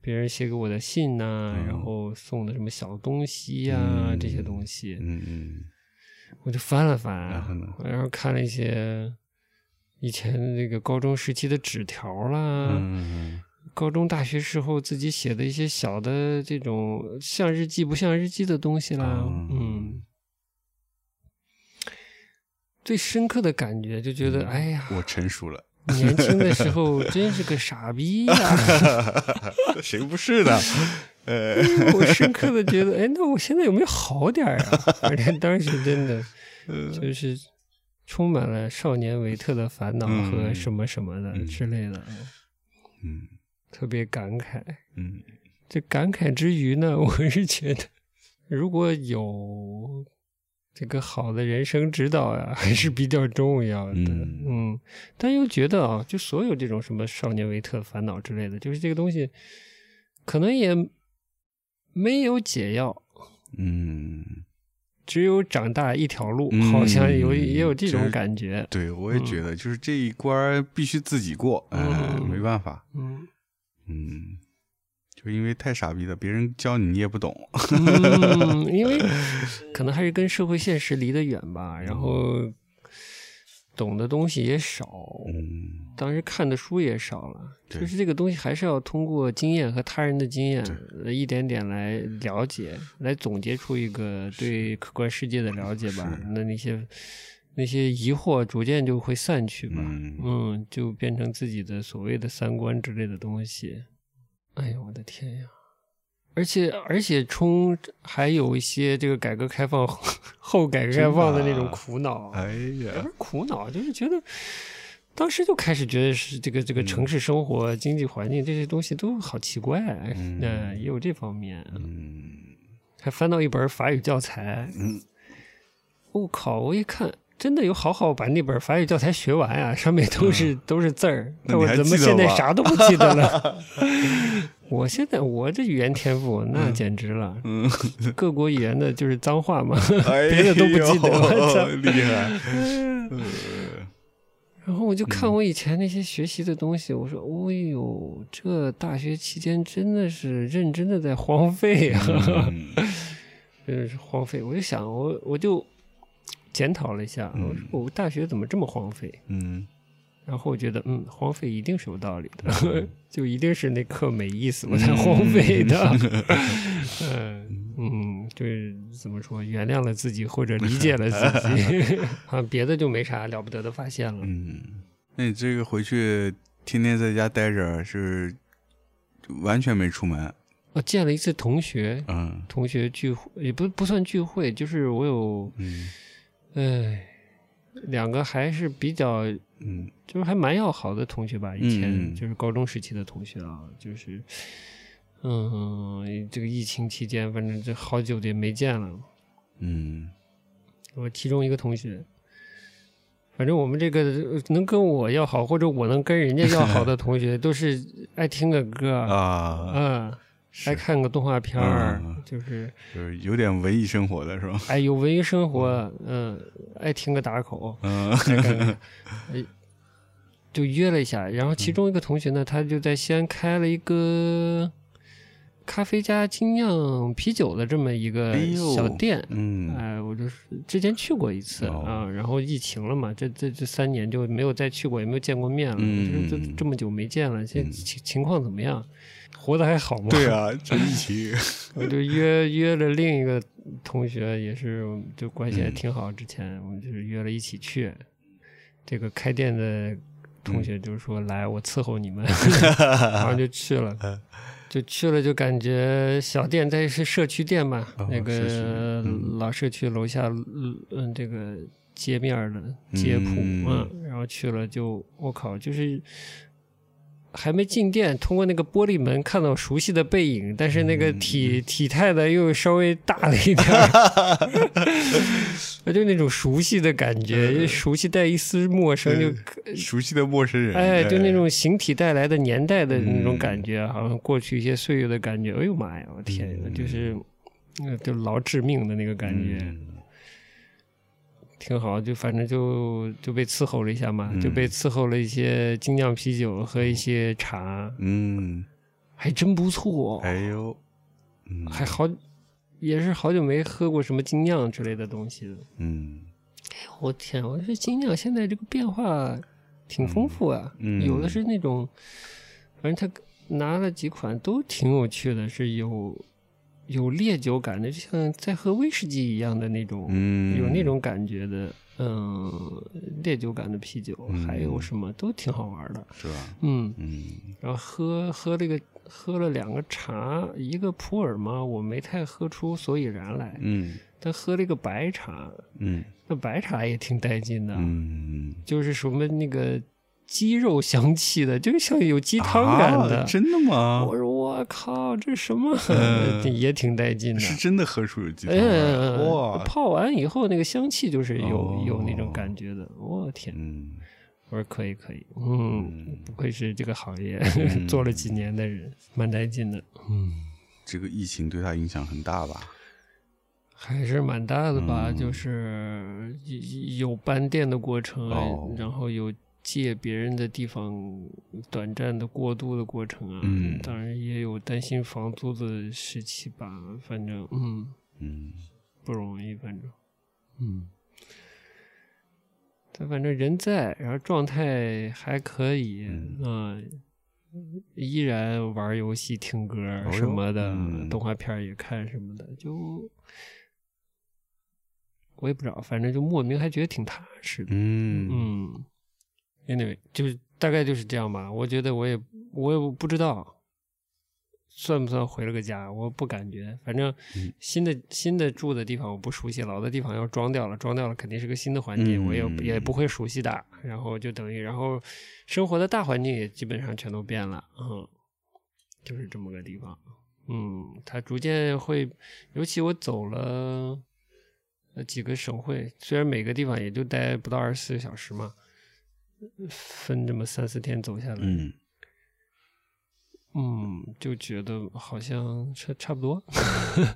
Speaker 1: 别人写给我的信呐、
Speaker 2: 嗯
Speaker 1: 然后送的什么小东西呀、
Speaker 2: 嗯
Speaker 1: 这些东西，
Speaker 2: 嗯嗯，
Speaker 1: 我就翻了翻，
Speaker 2: 然后呢
Speaker 1: 然后看了一些以前那个高中时期的纸条啦，
Speaker 2: 嗯
Speaker 1: 高中、大学时候自己写的一些小的这种像日记不像日记的东西啦，
Speaker 2: 嗯
Speaker 1: 嗯。最深刻的感觉就觉
Speaker 2: 嗯
Speaker 1: 得，哎呀，
Speaker 2: 我成熟了，
Speaker 1: 年轻的时候真是个傻逼呀、
Speaker 2: 谁不是呢？呃，
Speaker 1: 我深刻的觉得，哎，那我现在有没有好点儿啊？ 而且当时真 的
Speaker 2: 嗯
Speaker 1: 就是充满了少年维特的烦恼
Speaker 2: 嗯
Speaker 1: 和什么什么的
Speaker 2: 嗯
Speaker 1: 之类的，
Speaker 2: 嗯
Speaker 1: 特别感慨。
Speaker 2: 嗯
Speaker 1: 这感慨之余呢， 我是觉得，如果有这个好的人生指导呀、还是比较重要的。
Speaker 2: 嗯
Speaker 1: 嗯，但又觉得啊，就所有这种什么少年维特烦恼之类的，就是这个东西，可能也没有解药，
Speaker 2: 嗯，
Speaker 1: 只有长大一条路，
Speaker 2: 嗯
Speaker 1: 好像有也有这
Speaker 2: 这
Speaker 1: 种感觉。
Speaker 2: 对，我也觉得，就是这一关儿必须自己过，哎，
Speaker 1: 嗯
Speaker 2: 没办法，
Speaker 1: 嗯，
Speaker 2: 嗯，就因为太傻逼了，别人教你你也不懂，
Speaker 1: 嗯， 因为可能还是跟社会现实离得远吧，
Speaker 2: 嗯
Speaker 1: 然后懂的东西也少，
Speaker 2: 嗯，
Speaker 1: 当时看的书也少了，
Speaker 2: 对
Speaker 1: 就是这个东西还是要通过经验和他人的经验
Speaker 2: 对
Speaker 1: 呃一点点来了解，来总结出一个对客观世界的了解吧
Speaker 2: 是。
Speaker 1: 那那些那些疑惑逐渐就会散去吧，
Speaker 2: 嗯
Speaker 1: 嗯就变成自己的所谓的三观之类的东西。哎呦，我的天呀！而且而且冲还有一些这个改革开放 后后改革开放的那
Speaker 2: 真
Speaker 1: 种
Speaker 2: 的啊
Speaker 1: 苦恼，
Speaker 2: 哎
Speaker 1: 也不
Speaker 2: 呀，
Speaker 1: 是苦恼，就是觉得当时就开始觉得是这个这个城市生活、经济环境这些东西都好奇怪，
Speaker 2: 嗯
Speaker 1: 呃也有这方面。
Speaker 2: 嗯
Speaker 1: 还翻到一本法语教材，
Speaker 2: 嗯，
Speaker 1: 我、靠！我一看，真的有好好把那本法语教材学完啊，上面都是、都是字儿，
Speaker 2: 嗯那
Speaker 1: 但
Speaker 2: 你
Speaker 1: 我
Speaker 2: 还
Speaker 1: 怎么
Speaker 2: 记得
Speaker 1: 现在
Speaker 2: 吗
Speaker 1: 啥都不记得 了？我现在我这语言天赋那简直了，
Speaker 2: 嗯，
Speaker 1: 各国语言的就是脏话 嘛，
Speaker 2: 哎
Speaker 1: 别的都不记得
Speaker 2: 呦
Speaker 1: 我操
Speaker 2: 厉害，
Speaker 1: 然后我就看我以前那些学习的东西，我说，哦呦，这大学期间真的是认真的在荒废啊，
Speaker 2: 嗯
Speaker 1: 真的是荒废。我就想，我我就检讨了一下，我说我大学怎么这么荒废？
Speaker 2: 嗯
Speaker 1: 然后我觉得，嗯，荒废一定是有道理的， 就一定是那课没意思，我才荒废的。 嗯嗯，就是怎么说，原谅了自己或者理解了自己，啊，别的就没啥了不得的发现了。
Speaker 2: 嗯，那你这个回去天天在家待着是完全没出门，
Speaker 1: 我见了一次同学，
Speaker 2: 嗯
Speaker 1: 同学聚会，也不不算聚会，就是我有，
Speaker 2: 嗯
Speaker 1: 哎，两个还是比较，
Speaker 2: 嗯
Speaker 1: 就是还蛮要好的同学吧，以前、
Speaker 2: 嗯
Speaker 1: 就是高中时期的同学啊，就是，嗯，这个疫情期间，反正这好久也没见了。
Speaker 2: 嗯
Speaker 1: 我其中一个同学，反正我们这个呃能跟我要好，或者我能跟人家要好的同 学，都是爱听个歌，
Speaker 2: 啊，
Speaker 1: 嗯，爱看个动画片儿，
Speaker 2: 嗯
Speaker 1: 就是。
Speaker 2: 就是有点文艺生活的是吧？
Speaker 1: 哎，有文艺生活，嗯，爱听个打口，
Speaker 2: 嗯
Speaker 1: 爱干个哎就约了一下。然后其中一个同学呢，他就在西安开了一个咖啡加精酿啤酒的这么一个
Speaker 2: 哎呦
Speaker 1: 小店。
Speaker 2: 嗯
Speaker 1: 哎，我就是之前去过一次、
Speaker 2: 哦
Speaker 1: 啊，然后疫情了嘛，这这这三年就没有再去过，也没有见过面了，
Speaker 2: 嗯
Speaker 1: 就是这这么久没见了，现在
Speaker 2: 嗯
Speaker 1: 情情况怎么样？活得还好吗？
Speaker 2: 对啊，这疫情，
Speaker 1: 我就约约了另一个同学，也是我们就关系还
Speaker 2: 嗯
Speaker 1: 挺好。之前我们就是约了一起去，这个开店的同
Speaker 2: 嗯
Speaker 1: 学就是说：“来，我伺候你 们。”然后就去了，
Speaker 2: 嗯
Speaker 1: 就去了，就感觉小店，但是社区店嘛，
Speaker 2: 哦
Speaker 1: 那
Speaker 2: 社区
Speaker 1: 个
Speaker 2: 嗯
Speaker 1: 老社区楼下，嗯，这个街面儿的街铺，
Speaker 2: 嗯
Speaker 1: 嗯然后去了就我靠，就是还没进店，通过那个玻璃门看到熟悉的背影，但是那个体、体态的又稍微大了一点儿， 就那种熟悉的感觉，熟悉带一丝陌生，就
Speaker 2: 熟悉的陌生人，
Speaker 1: 呃哎，就那种形体带来的年代的那种感觉，好像过去一些岁月的感觉。哎呦妈呀，我天哪，就是，呃就老致命的那个感觉，挺好。就反正就就被伺候了一下嘛，就
Speaker 2: 嗯
Speaker 1: 被伺候了一些精酿啤酒和一些茶，
Speaker 2: 嗯，
Speaker 1: 还真不错。
Speaker 2: 哎呦，嗯
Speaker 1: 还好，也是好久没喝过什么精酿之类的东西了。
Speaker 2: 嗯
Speaker 1: 我天，我觉得精酿现在这个变化挺丰富啊，
Speaker 2: 嗯
Speaker 1: 有的是那种，反正他拿了几款都挺有趣的，是有有烈酒感的，就像在喝威士忌一样的那种，
Speaker 2: 嗯，
Speaker 1: 有那种感觉的，嗯，烈酒感的啤酒，
Speaker 2: 嗯
Speaker 1: 还有什么都挺好玩的，
Speaker 2: 是吧？
Speaker 1: 嗯，
Speaker 2: 嗯
Speaker 1: 然后喝喝这个喝了两个茶，一个普洱嘛，我没太喝出所以然来，
Speaker 2: 嗯
Speaker 1: 但喝了一个白茶，
Speaker 2: 嗯
Speaker 1: 那白茶也挺带劲的，
Speaker 2: 嗯，
Speaker 1: 就是什么那个鸡肉香气的，就是像有鸡汤感的。
Speaker 2: 啊真的吗？
Speaker 1: 我说我靠，这什么、
Speaker 2: 嗯
Speaker 1: 也挺带劲的。
Speaker 2: 是真的喝出有鸡汤
Speaker 1: 哎
Speaker 2: 味
Speaker 1: 呀
Speaker 2: 儿，哇，
Speaker 1: 泡完以后那个香气就是有、
Speaker 2: 哦
Speaker 1: 有那种感觉的。我天！
Speaker 2: 嗯
Speaker 1: 我说可以可以，嗯，
Speaker 2: 嗯，
Speaker 1: 不愧是这个行业、
Speaker 2: 嗯
Speaker 1: 做了几年的人，蛮带劲的，
Speaker 2: 这个疫情对他影响很大吧？
Speaker 1: 还是蛮大的吧。
Speaker 2: 嗯
Speaker 1: 就是有有搬店的过程，
Speaker 2: 哦
Speaker 1: 然后有借别人的地方短暂的过渡的过程啊。
Speaker 2: 嗯
Speaker 1: 当然也有担心房租的时期吧。反正嗯，
Speaker 2: 嗯
Speaker 1: 不容易，反正嗯。但反正人在，然后状态还可以，嗯、依然玩游戏、听歌
Speaker 2: 哦哟
Speaker 1: 什么的，
Speaker 2: 嗯
Speaker 1: 动画片也看什么的，就我也不知道，反正就莫名还觉得挺踏实的。
Speaker 2: 嗯
Speaker 1: 嗯，anyway，就是大概就是这样吧。我觉得我也我也不知道算不算回了个家，我不感觉。反正
Speaker 2: 嗯
Speaker 1: 新的新的住的地方我不熟悉，老的地方要装掉了，装掉了肯定是个新的环境，我也
Speaker 2: 嗯
Speaker 1: 也不会熟悉的。然后就等于，然后生活的大环境也基本上全都变了，嗯，就是这么个地方。嗯，它逐渐会，尤其我走了呃几个省会，虽然每个地方也就待不到二十四小时嘛，分这么三四天走下来，
Speaker 2: 嗯，
Speaker 1: 嗯，就觉得好像差差不多，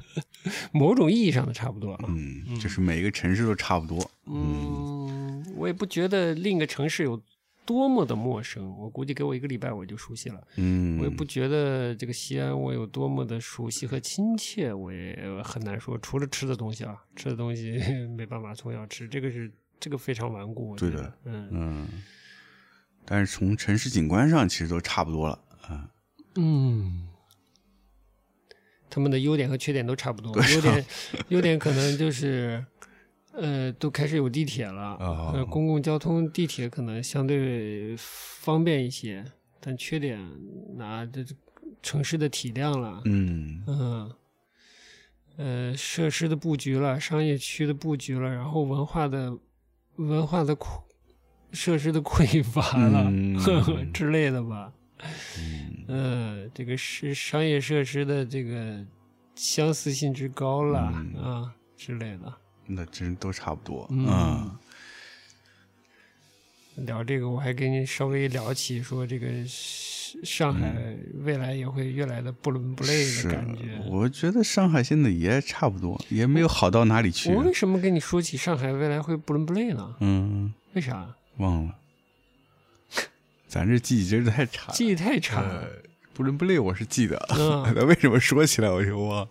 Speaker 1: 某种意义上的差不多啊。
Speaker 2: 嗯，就是每一个城市都差不多。嗯
Speaker 1: 嗯，我也不觉得另一个城市有多么的陌生，我估计给我一个礼拜我就熟悉了。
Speaker 2: 嗯，
Speaker 1: 我也不觉得这个西安我有多么的熟悉和亲切，我也很难说。除了吃的东西啊，吃的东西 没办法从小吃，这个是这个非常顽固。我觉
Speaker 2: 对
Speaker 1: 得
Speaker 2: 的，
Speaker 1: 嗯
Speaker 2: 嗯，但是从城市景观上其实都差不多了啊。
Speaker 1: 嗯，他们的优点和缺点都差不多。
Speaker 2: 对啊
Speaker 1: 优点优点可能就是。呃，都开始有地铁了，
Speaker 2: 哦
Speaker 1: 呃，公共交通地铁可能相对方便一些，但缺点拿这这城市的体量了，
Speaker 2: 嗯
Speaker 1: 嗯，呃，设施的布局了，商业区的布局了，然后文化的文化的匮设施的匮乏了、
Speaker 2: 嗯
Speaker 1: 之类的吧。
Speaker 2: 嗯
Speaker 1: 嗯，这个是商业设施的这个相似性之高了、
Speaker 2: 嗯
Speaker 1: 啊之类的。
Speaker 2: 那真都差不多。
Speaker 1: 嗯
Speaker 2: 嗯
Speaker 1: 聊这个，我还跟你稍微聊起说这个是上海未来也会越来的不伦不类
Speaker 2: 嗯是
Speaker 1: 的感觉。
Speaker 2: 我觉得上海现在也差不多，也没有好到哪里去啊
Speaker 1: 我。为什么跟你说起上海未来会不伦不类呢？
Speaker 2: 嗯，
Speaker 1: 为啥？
Speaker 2: 忘了， 咱这记忆真是太差了。
Speaker 1: 记忆太差了。
Speaker 2: 呃不伦不类，我是记得。
Speaker 1: 嗯
Speaker 2: 那为什么说起来我就忘？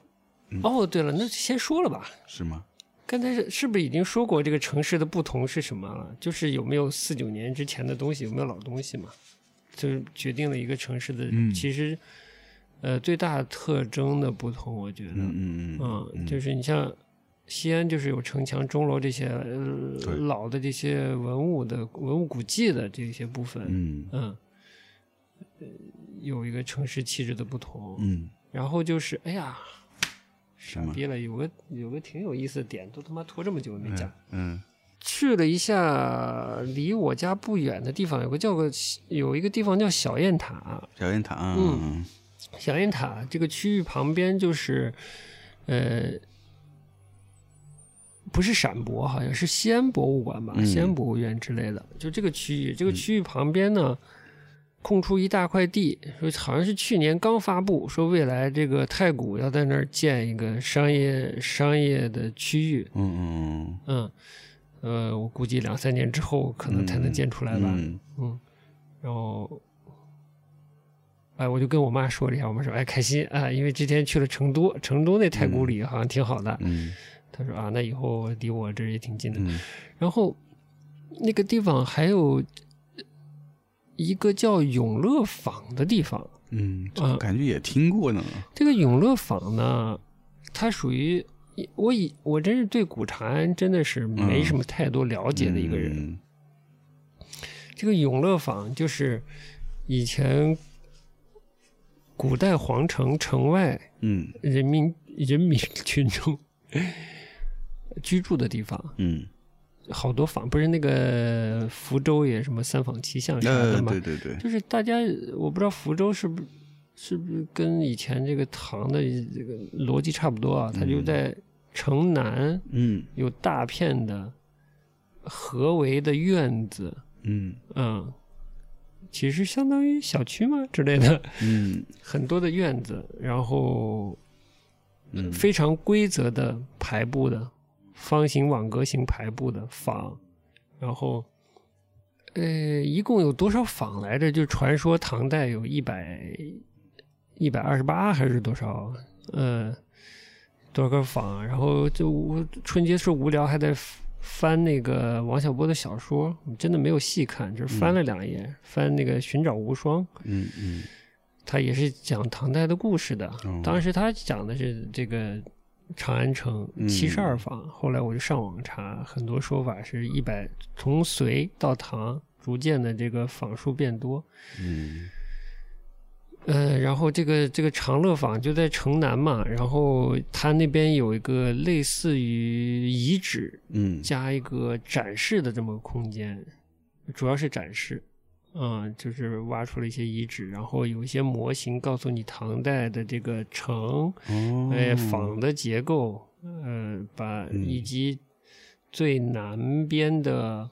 Speaker 1: 哦，对了，那就先说了吧。
Speaker 2: 是吗？
Speaker 1: 刚才是是不是已经说过这个城市的不同是什么了？就是有没有四九年之前的东西，有没有老东西嘛？就是决定了一个城市的，
Speaker 2: 嗯
Speaker 1: 其实呃最大特征的不同，我觉得，
Speaker 2: 嗯嗯嗯
Speaker 1: 嗯，就是你像西安，就是有城墙、钟楼这些、呃
Speaker 2: 对
Speaker 1: 老的这些文物的文物古迹的这些部分，
Speaker 2: 嗯
Speaker 1: 嗯呃有一个城市气质的不同。
Speaker 2: 嗯，
Speaker 1: 然后就是，哎呀，
Speaker 2: 什
Speaker 1: 傻
Speaker 2: 么？嗯
Speaker 1: 逼了，有个有个挺有意思的点，都他妈拖这么久没讲。
Speaker 2: 嗯
Speaker 1: 去了一下离我家不远的地方，有个叫个有一个地方叫小雁塔，
Speaker 2: 小雁塔，
Speaker 1: 嗯，小雁塔这个区域旁边就是，呃，不是陕博，好像是西安博物馆吧，
Speaker 2: 嗯
Speaker 1: 西安博物院之类的，就这个区域，这个区域旁边呢。空出一大块地，说好像是去年刚发布，说未来这个太古要在那儿建一个商业商业的区域，
Speaker 2: 嗯嗯
Speaker 1: 嗯，呃，我估计两三年之后可能
Speaker 2: 嗯，
Speaker 1: 才能建出来吧。
Speaker 2: 嗯
Speaker 1: 嗯，然后，哎，我就跟我妈说了一下，我妈说，哎，开心啊，因为之前去了成都，成都那太古里好像挺好的。
Speaker 2: 嗯
Speaker 1: 她说啊，那以后离我这儿也挺近的。
Speaker 2: 嗯
Speaker 1: 然后那个地方还有一个叫永乐坊的地方，
Speaker 2: 嗯，这
Speaker 1: 嗯
Speaker 2: 感觉也听过呢，
Speaker 1: 这个永乐坊呢，它属于。我以我真是对古长安真的是没什么太多了解的一个人，
Speaker 2: 嗯，
Speaker 1: 这个永乐坊就是以前古代皇城城外
Speaker 2: 嗯
Speaker 1: 人民人民 群众居住的地方，
Speaker 2: 嗯，
Speaker 1: 好多坊不是那个福州也什么三坊七巷啥
Speaker 2: 呃
Speaker 1: 的，嘛，
Speaker 2: 对对对，
Speaker 1: 就是大家我不知道福州是不是。是不是跟以前这个唐的这个逻辑差不多啊？它就在城南
Speaker 2: 嗯
Speaker 1: 有大片的合围的院子，
Speaker 2: 嗯
Speaker 1: 嗯，其实相当于小区嘛之类的，
Speaker 2: 嗯
Speaker 1: 很多的院子，然后
Speaker 2: 嗯
Speaker 1: 非常规则的排布的方形网格形排布的坊，然后呃，一共有多少坊来着？就传说唐代有一百一百二十八还是多少？呃，多少个坊？然后就我春节是无聊还在 f- 翻那个王小波的小说，我真的没有细看，只是翻了两页，翻那个《寻找无双》。
Speaker 2: 嗯嗯
Speaker 1: 他也是讲唐代的故事的。
Speaker 2: 哦
Speaker 1: 当时他讲的是这个长安城
Speaker 2: 嗯
Speaker 1: 七十二坊，后来我就上网查，很多说法是一百，从隋到唐逐渐的这个坊数变多。
Speaker 2: 嗯
Speaker 1: 呃，然后这个这个长乐坊就在城南嘛，然后它那边有一个类似于遗址
Speaker 2: 嗯，
Speaker 1: 加一个展示的这么个空间，主要是展示，嗯，就是挖出了一些遗址，然后有一些模型告诉你唐代的这个城，
Speaker 2: 哦，
Speaker 1: 哎，坊的结构，呃，把
Speaker 2: 嗯
Speaker 1: 以及最南边的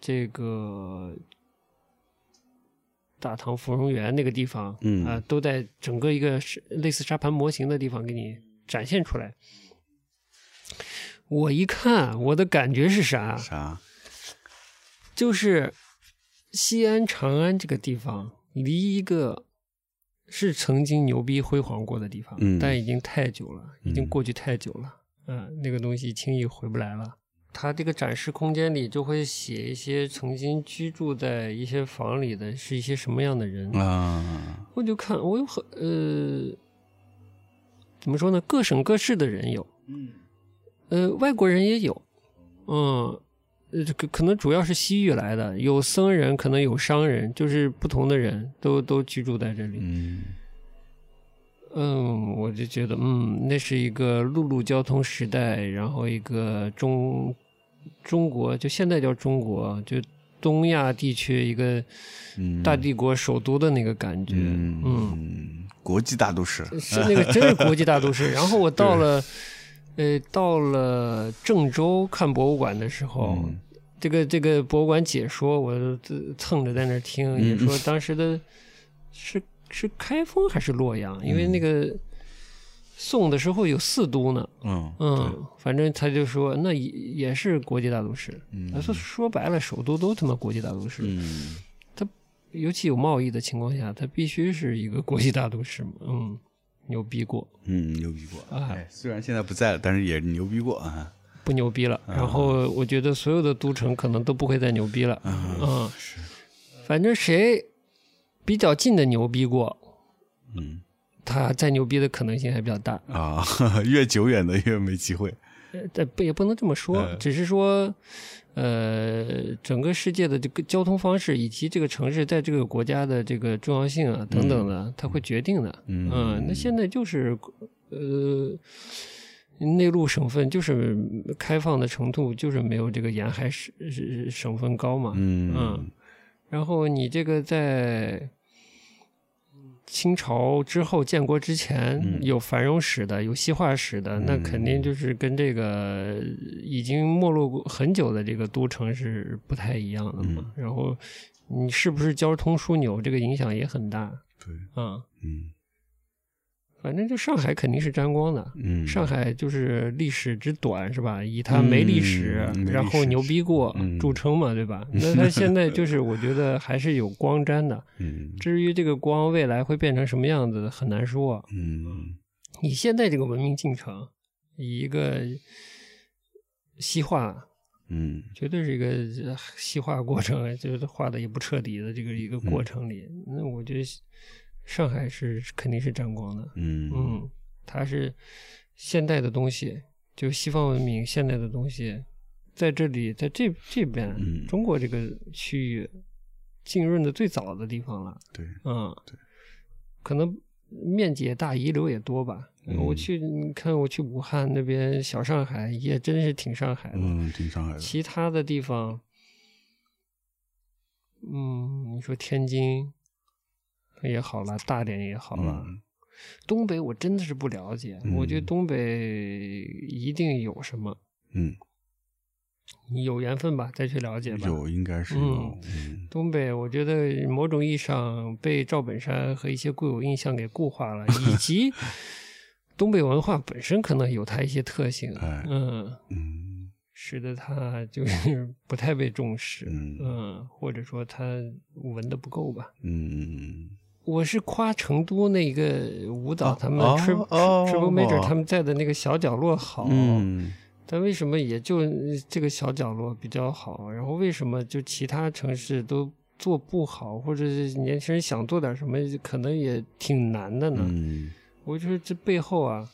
Speaker 1: 这个大唐芙蓉园那个地方，
Speaker 2: 嗯
Speaker 1: 啊、都在整个一个是类似沙盘模型的地方给你展现出来。我一看，我的感觉是啥？
Speaker 2: 啥？
Speaker 1: 就是西安、长安这个地方，离一个是曾经牛逼辉煌过的地方，
Speaker 2: 嗯
Speaker 1: 但已经太久了，
Speaker 2: 嗯
Speaker 1: 已经过去太久了，嗯、那个东西轻易回不来了。它这个展示空间里就会写一些曾经居住在一些房里的是一些什么样的人，
Speaker 2: 啊，
Speaker 1: 我就看我有很呃，怎么说呢，各省各市的人有，
Speaker 2: 嗯
Speaker 1: 呃，外国人也有，嗯，呃，这个可能主要是西域来的，有僧人，可能有商人，就是不同的人都都居住在这里。
Speaker 2: 嗯
Speaker 1: 嗯，我就觉得，嗯，那是一个陆路交通时代，然后一个中中国，就现在叫中国，就东亚地区一个
Speaker 2: 嗯，
Speaker 1: 大帝国首都的那个感觉，
Speaker 2: 嗯
Speaker 1: 嗯
Speaker 2: 嗯，国际大都市，
Speaker 1: 是那个真是国际大都市。然后我到了，呃，到了郑州看博物馆的时候，
Speaker 2: 嗯
Speaker 1: 这个这个博物馆解说，我就蹭着在那儿听，
Speaker 2: 嗯
Speaker 1: 也说当时的是是开封还是洛阳，因为
Speaker 2: 嗯
Speaker 1: 那个宋的时候有四都呢，
Speaker 2: 嗯
Speaker 1: 嗯，反正他就说那也也是国际大都市。他
Speaker 2: 嗯
Speaker 1: 说说白了，首都都他妈国际大都市，
Speaker 2: 嗯
Speaker 1: 尤其有贸易的情况下，它必须是一个国际大都市嘛，嗯，牛逼过。
Speaker 2: 嗯，牛逼过！
Speaker 1: 啊
Speaker 2: 哎，虽然现在不在了，但是也牛逼过啊！
Speaker 1: 不牛逼了。然后我觉得所有的都城可能都不会再牛逼了。嗯，
Speaker 2: 是，
Speaker 1: 反正谁比较近的牛逼过，
Speaker 2: 嗯
Speaker 1: 他再牛逼的可能性还比较大。
Speaker 2: 啊， 越久远的越没机会。
Speaker 1: 呃但不也不能这么说
Speaker 2: 嗯，
Speaker 1: 只是说，呃，整个世界的这个交通方式以及这个城市在这个国家的这个重要性啊等等的，它会决定的。
Speaker 2: 嗯
Speaker 1: 那现在就是，呃，内陆省份就是开放的程度就是没有这个沿海省省省份高嘛，
Speaker 2: 嗯
Speaker 1: 嗯然后你这个在清朝之后建国之前
Speaker 2: 嗯
Speaker 1: 有繁荣史的，有西化史的，那
Speaker 2: 嗯
Speaker 1: 肯定就是跟这个已经没落过很久的这个都城是不太一样的
Speaker 2: 嗯
Speaker 1: 嘛。然后你是不是交通枢纽，这个影响也很大
Speaker 2: 对，
Speaker 1: 啊。
Speaker 2: 嗯
Speaker 1: 反正就上海肯定是沾光的，
Speaker 2: 嗯，
Speaker 1: 上海就是历史之短是吧？以它没历史，
Speaker 2: 嗯没历史
Speaker 1: 然后牛逼过
Speaker 2: 嗯
Speaker 1: 著称嘛，对 吧？那它现在就是我觉得还是有光沾的。
Speaker 2: 嗯
Speaker 1: 至于这个光未来会变成什么样子，很难说。啊
Speaker 2: 嗯
Speaker 1: 以现在这个文明进程，以一个西化，
Speaker 2: 嗯
Speaker 1: 绝对是一个呃西化过程， 就是化的也不彻底的这个一个
Speaker 2: 嗯
Speaker 1: 过程里，那我觉得上海是肯定是沾光的。
Speaker 2: 嗯
Speaker 1: 嗯，它是现代的东西，就西方文明现代的东西，在这里，在这这边、
Speaker 2: 嗯
Speaker 1: 中国这个区域浸润的最早的地方了。
Speaker 2: 对，
Speaker 1: 嗯，可能面积也大，遗留也多吧。
Speaker 2: 嗯
Speaker 1: 我去，你看我去武汉那边小上海，也真是挺上海的。
Speaker 2: 嗯，挺上海的，
Speaker 1: 其他的地方，嗯，你说天津也好啦，大连也好啦，
Speaker 2: 嗯
Speaker 1: 东北我真的是不了解，
Speaker 2: 嗯
Speaker 1: 我觉得东北一定有什么，
Speaker 2: 嗯，
Speaker 1: 你有缘分吧，再去了解吧。
Speaker 2: 有应该是有，嗯
Speaker 1: 东北，我觉得某种意义上被赵本山和一些固有印象给固化了，以 及东北文化本身可能有它一些特性，
Speaker 2: 哎
Speaker 1: 嗯，
Speaker 2: 嗯
Speaker 1: 使得它 就是不太被重视，
Speaker 2: 嗯
Speaker 1: 嗯，或者说它闻的不够吧。
Speaker 2: 嗯
Speaker 1: 我是夸成都那个舞蹈，
Speaker 2: 哦
Speaker 1: 他们
Speaker 2: 哦
Speaker 1: Triple
Speaker 2: 哦
Speaker 1: Triple Major 他们在的那个小角落好，
Speaker 2: 嗯
Speaker 1: 但为什么也就呃这个小角落比较好？然后为什么就其他城市都做不好，或者是年轻人想做点什么，可能也挺难的呢？
Speaker 2: 嗯
Speaker 1: 我觉得这背后啊，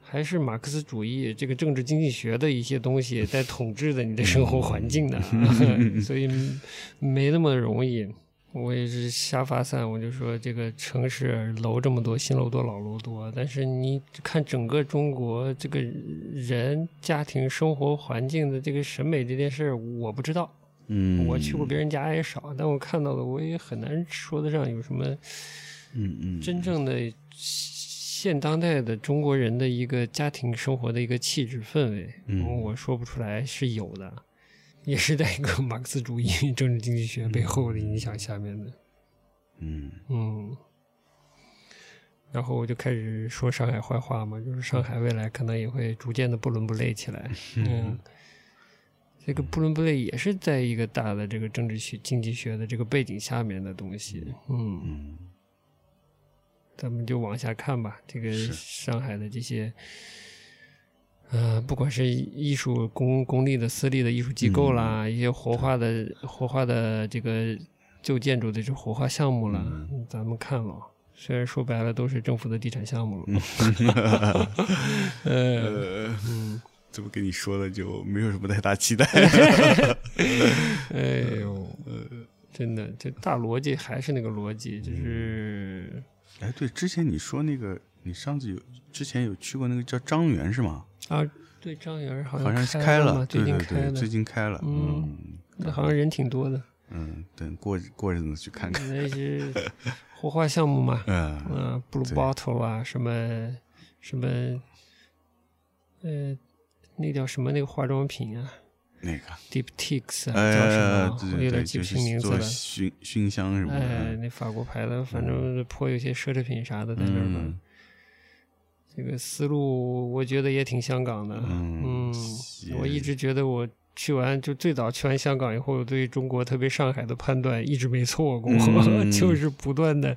Speaker 1: 还是马克思主义这个政治经济学的一些东西在统治着你的生活环境的， 所以没那么容易。我也是瞎发散，我就说这个城市楼这么多，新楼多，老楼多，但是你看整个中国这个人家庭生活环境的这个审美这件事儿，我不知道。
Speaker 2: 嗯，
Speaker 1: 我去过别人家也少，但我看到的我也很难说得上有什么
Speaker 2: 嗯嗯，
Speaker 1: 真正的现当代的中国人的一个家庭生活的一个气质氛围，
Speaker 2: 嗯
Speaker 1: 我说不出来是有的， 也是在一个 马克思主义政治经济学背后的影响下面的，
Speaker 2: 嗯
Speaker 1: 嗯。然后我就开始说上海坏话嘛，就是上海未来可能也会逐渐的不伦不类起 来，嗯，这个不伦不类也是在一个大的这个政治学、经济学的这个背景下面的东西，嗯
Speaker 2: 嗯
Speaker 1: 咱们就往下看吧。这个
Speaker 2: 是
Speaker 1: 上海的这些，呃，不管是艺术公公立的、私立的艺术机构啦，
Speaker 2: 嗯
Speaker 1: 一些活化的、活化的这个旧建筑的这活化项目啦，
Speaker 2: 嗯
Speaker 1: 嗯咱们看了。虽然说白了都是政府的地产项
Speaker 2: 嗯
Speaker 1: 目了，呃，
Speaker 2: 呃， 这么跟你说的就没有什么太 大期待，
Speaker 1: 哎呦，
Speaker 2: 呃
Speaker 1: 真的，这大逻辑还是那个逻辑，就是
Speaker 2: 哎，对，之前你说那个，你上次有之前有去过那个叫张园是吗？
Speaker 1: 啊，对张园儿好
Speaker 2: 好像
Speaker 1: 像
Speaker 2: 是
Speaker 1: 开了嘛
Speaker 2: 了，
Speaker 1: 最
Speaker 2: 对
Speaker 1: 近
Speaker 2: 对
Speaker 1: 开
Speaker 2: 对，
Speaker 1: 了，
Speaker 2: 最近开了，
Speaker 1: 嗯
Speaker 2: 嗯
Speaker 1: 那好像人挺多的。
Speaker 2: 嗯，等过过日子去看看，
Speaker 1: 那 是活化项目嘛，
Speaker 2: 嗯
Speaker 1: 嗯、b l u e
Speaker 2: 对
Speaker 1: Bottle 啊，什么什么，呃，那叫什么那个化妆品啊
Speaker 2: 那个，
Speaker 1: ，Deep Tix 啊，叫什么
Speaker 2: 哎
Speaker 1: 啊？，
Speaker 2: 对
Speaker 1: 我有
Speaker 2: 对
Speaker 1: 点
Speaker 2: 对，
Speaker 1: 记
Speaker 2: 就
Speaker 1: 不
Speaker 2: 是
Speaker 1: 清名字
Speaker 2: 做啊
Speaker 1: 了。
Speaker 2: 熏熏香什么
Speaker 1: 哎，
Speaker 2: 的，嗯
Speaker 1: 那法国牌的，反正颇有些奢侈品啥的在那儿吧。
Speaker 2: 嗯
Speaker 1: 这个思路我觉得也挺香港的，嗯
Speaker 2: 嗯，
Speaker 1: 我一直觉得我去完就最早去完香港以后，我对中国特别上海的判断一直没错过，
Speaker 2: 嗯
Speaker 1: 就是不断的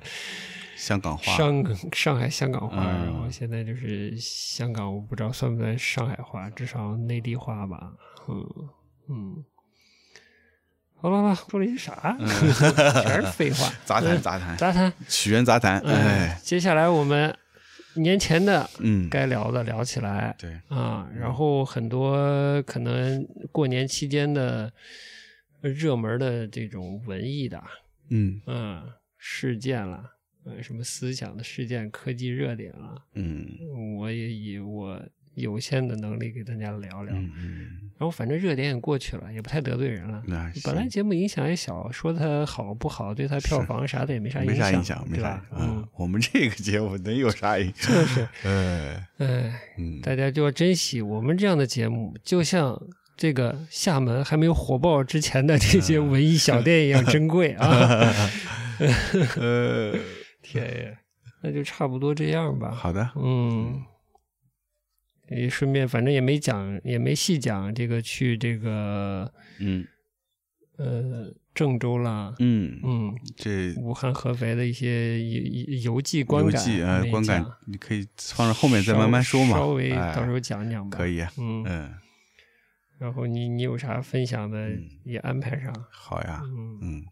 Speaker 2: 香港话，
Speaker 1: 上上海香港话，
Speaker 2: 嗯
Speaker 1: 然后现在就是香港，我不知道算不算上海话，至少内地话吧，嗯嗯。好了好了，说了一些啥？ 全是废话，
Speaker 2: 嗯
Speaker 1: 嗯
Speaker 2: 杂谈杂谈，
Speaker 1: 杂谈。
Speaker 2: 起源杂谈，
Speaker 1: 哎
Speaker 2: 哎，，
Speaker 1: 接下来我们年前的
Speaker 2: 嗯，
Speaker 1: 该聊的聊起来
Speaker 2: 对，
Speaker 1: 啊，然后很多可能过年期间的热门的这种文艺的
Speaker 2: 嗯
Speaker 1: 嗯事件啦，呃什么思想的事件、科技热点啦，
Speaker 2: 嗯
Speaker 1: 我也以我有限的能力给大家聊聊。
Speaker 2: 嗯嗯，
Speaker 1: 然后反正热点也过去了，也不太得罪人了。
Speaker 2: 那行
Speaker 1: 本来节目影响也小，说它好不好，对它票房啥的也没啥
Speaker 2: 没啥
Speaker 1: 影
Speaker 2: 影响，没
Speaker 1: 对
Speaker 2: 啥
Speaker 1: 吧
Speaker 2: 影？响
Speaker 1: 嗯
Speaker 2: 啊，。我们这个节目能有啥影响？
Speaker 1: 就是，
Speaker 2: 哎，
Speaker 1: 哎，
Speaker 2: 嗯，
Speaker 1: 大家就要珍惜我们这样的节目，就像这个厦门还没有火爆之前的这
Speaker 2: 嗯
Speaker 1: 些文艺 小店一样珍贵啊！
Speaker 2: 呃，
Speaker 1: 天爷，那就差不多这样吧。
Speaker 2: 好的，
Speaker 1: 嗯，也顺便，反正也没讲，也没细讲这个去这个
Speaker 2: 嗯
Speaker 1: 呃郑州啦，
Speaker 2: 嗯，
Speaker 1: 嗯，
Speaker 2: 这
Speaker 1: 武汉、合肥的一些游游游记观
Speaker 2: 游
Speaker 1: 感，
Speaker 2: 记啊
Speaker 1: 没，
Speaker 2: 观感
Speaker 1: 讲
Speaker 2: 你可以放到后面再慢慢说嘛，
Speaker 1: 稍稍微
Speaker 2: 哎
Speaker 1: 到时候讲讲吧。
Speaker 2: 可以啊，
Speaker 1: 嗯，
Speaker 2: 嗯，
Speaker 1: 然后你你有啥分享的
Speaker 2: 嗯
Speaker 1: 也安排上。
Speaker 2: 好呀，
Speaker 1: 嗯，
Speaker 2: 嗯，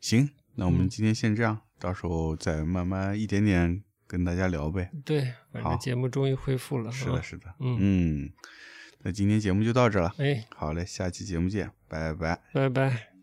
Speaker 2: 行，那我
Speaker 1: 嗯
Speaker 2: 们今天先这样，到时候再慢慢一点点跟大家聊呗。
Speaker 1: 对，反正
Speaker 2: 好
Speaker 1: 节目终于恢复了。
Speaker 2: 是
Speaker 1: 啊
Speaker 2: 的，是的，
Speaker 1: 嗯，
Speaker 2: 嗯，那今天节目就到这了，
Speaker 1: 哎，
Speaker 2: 好嘞，下期节目见，拜拜。
Speaker 1: 拜拜。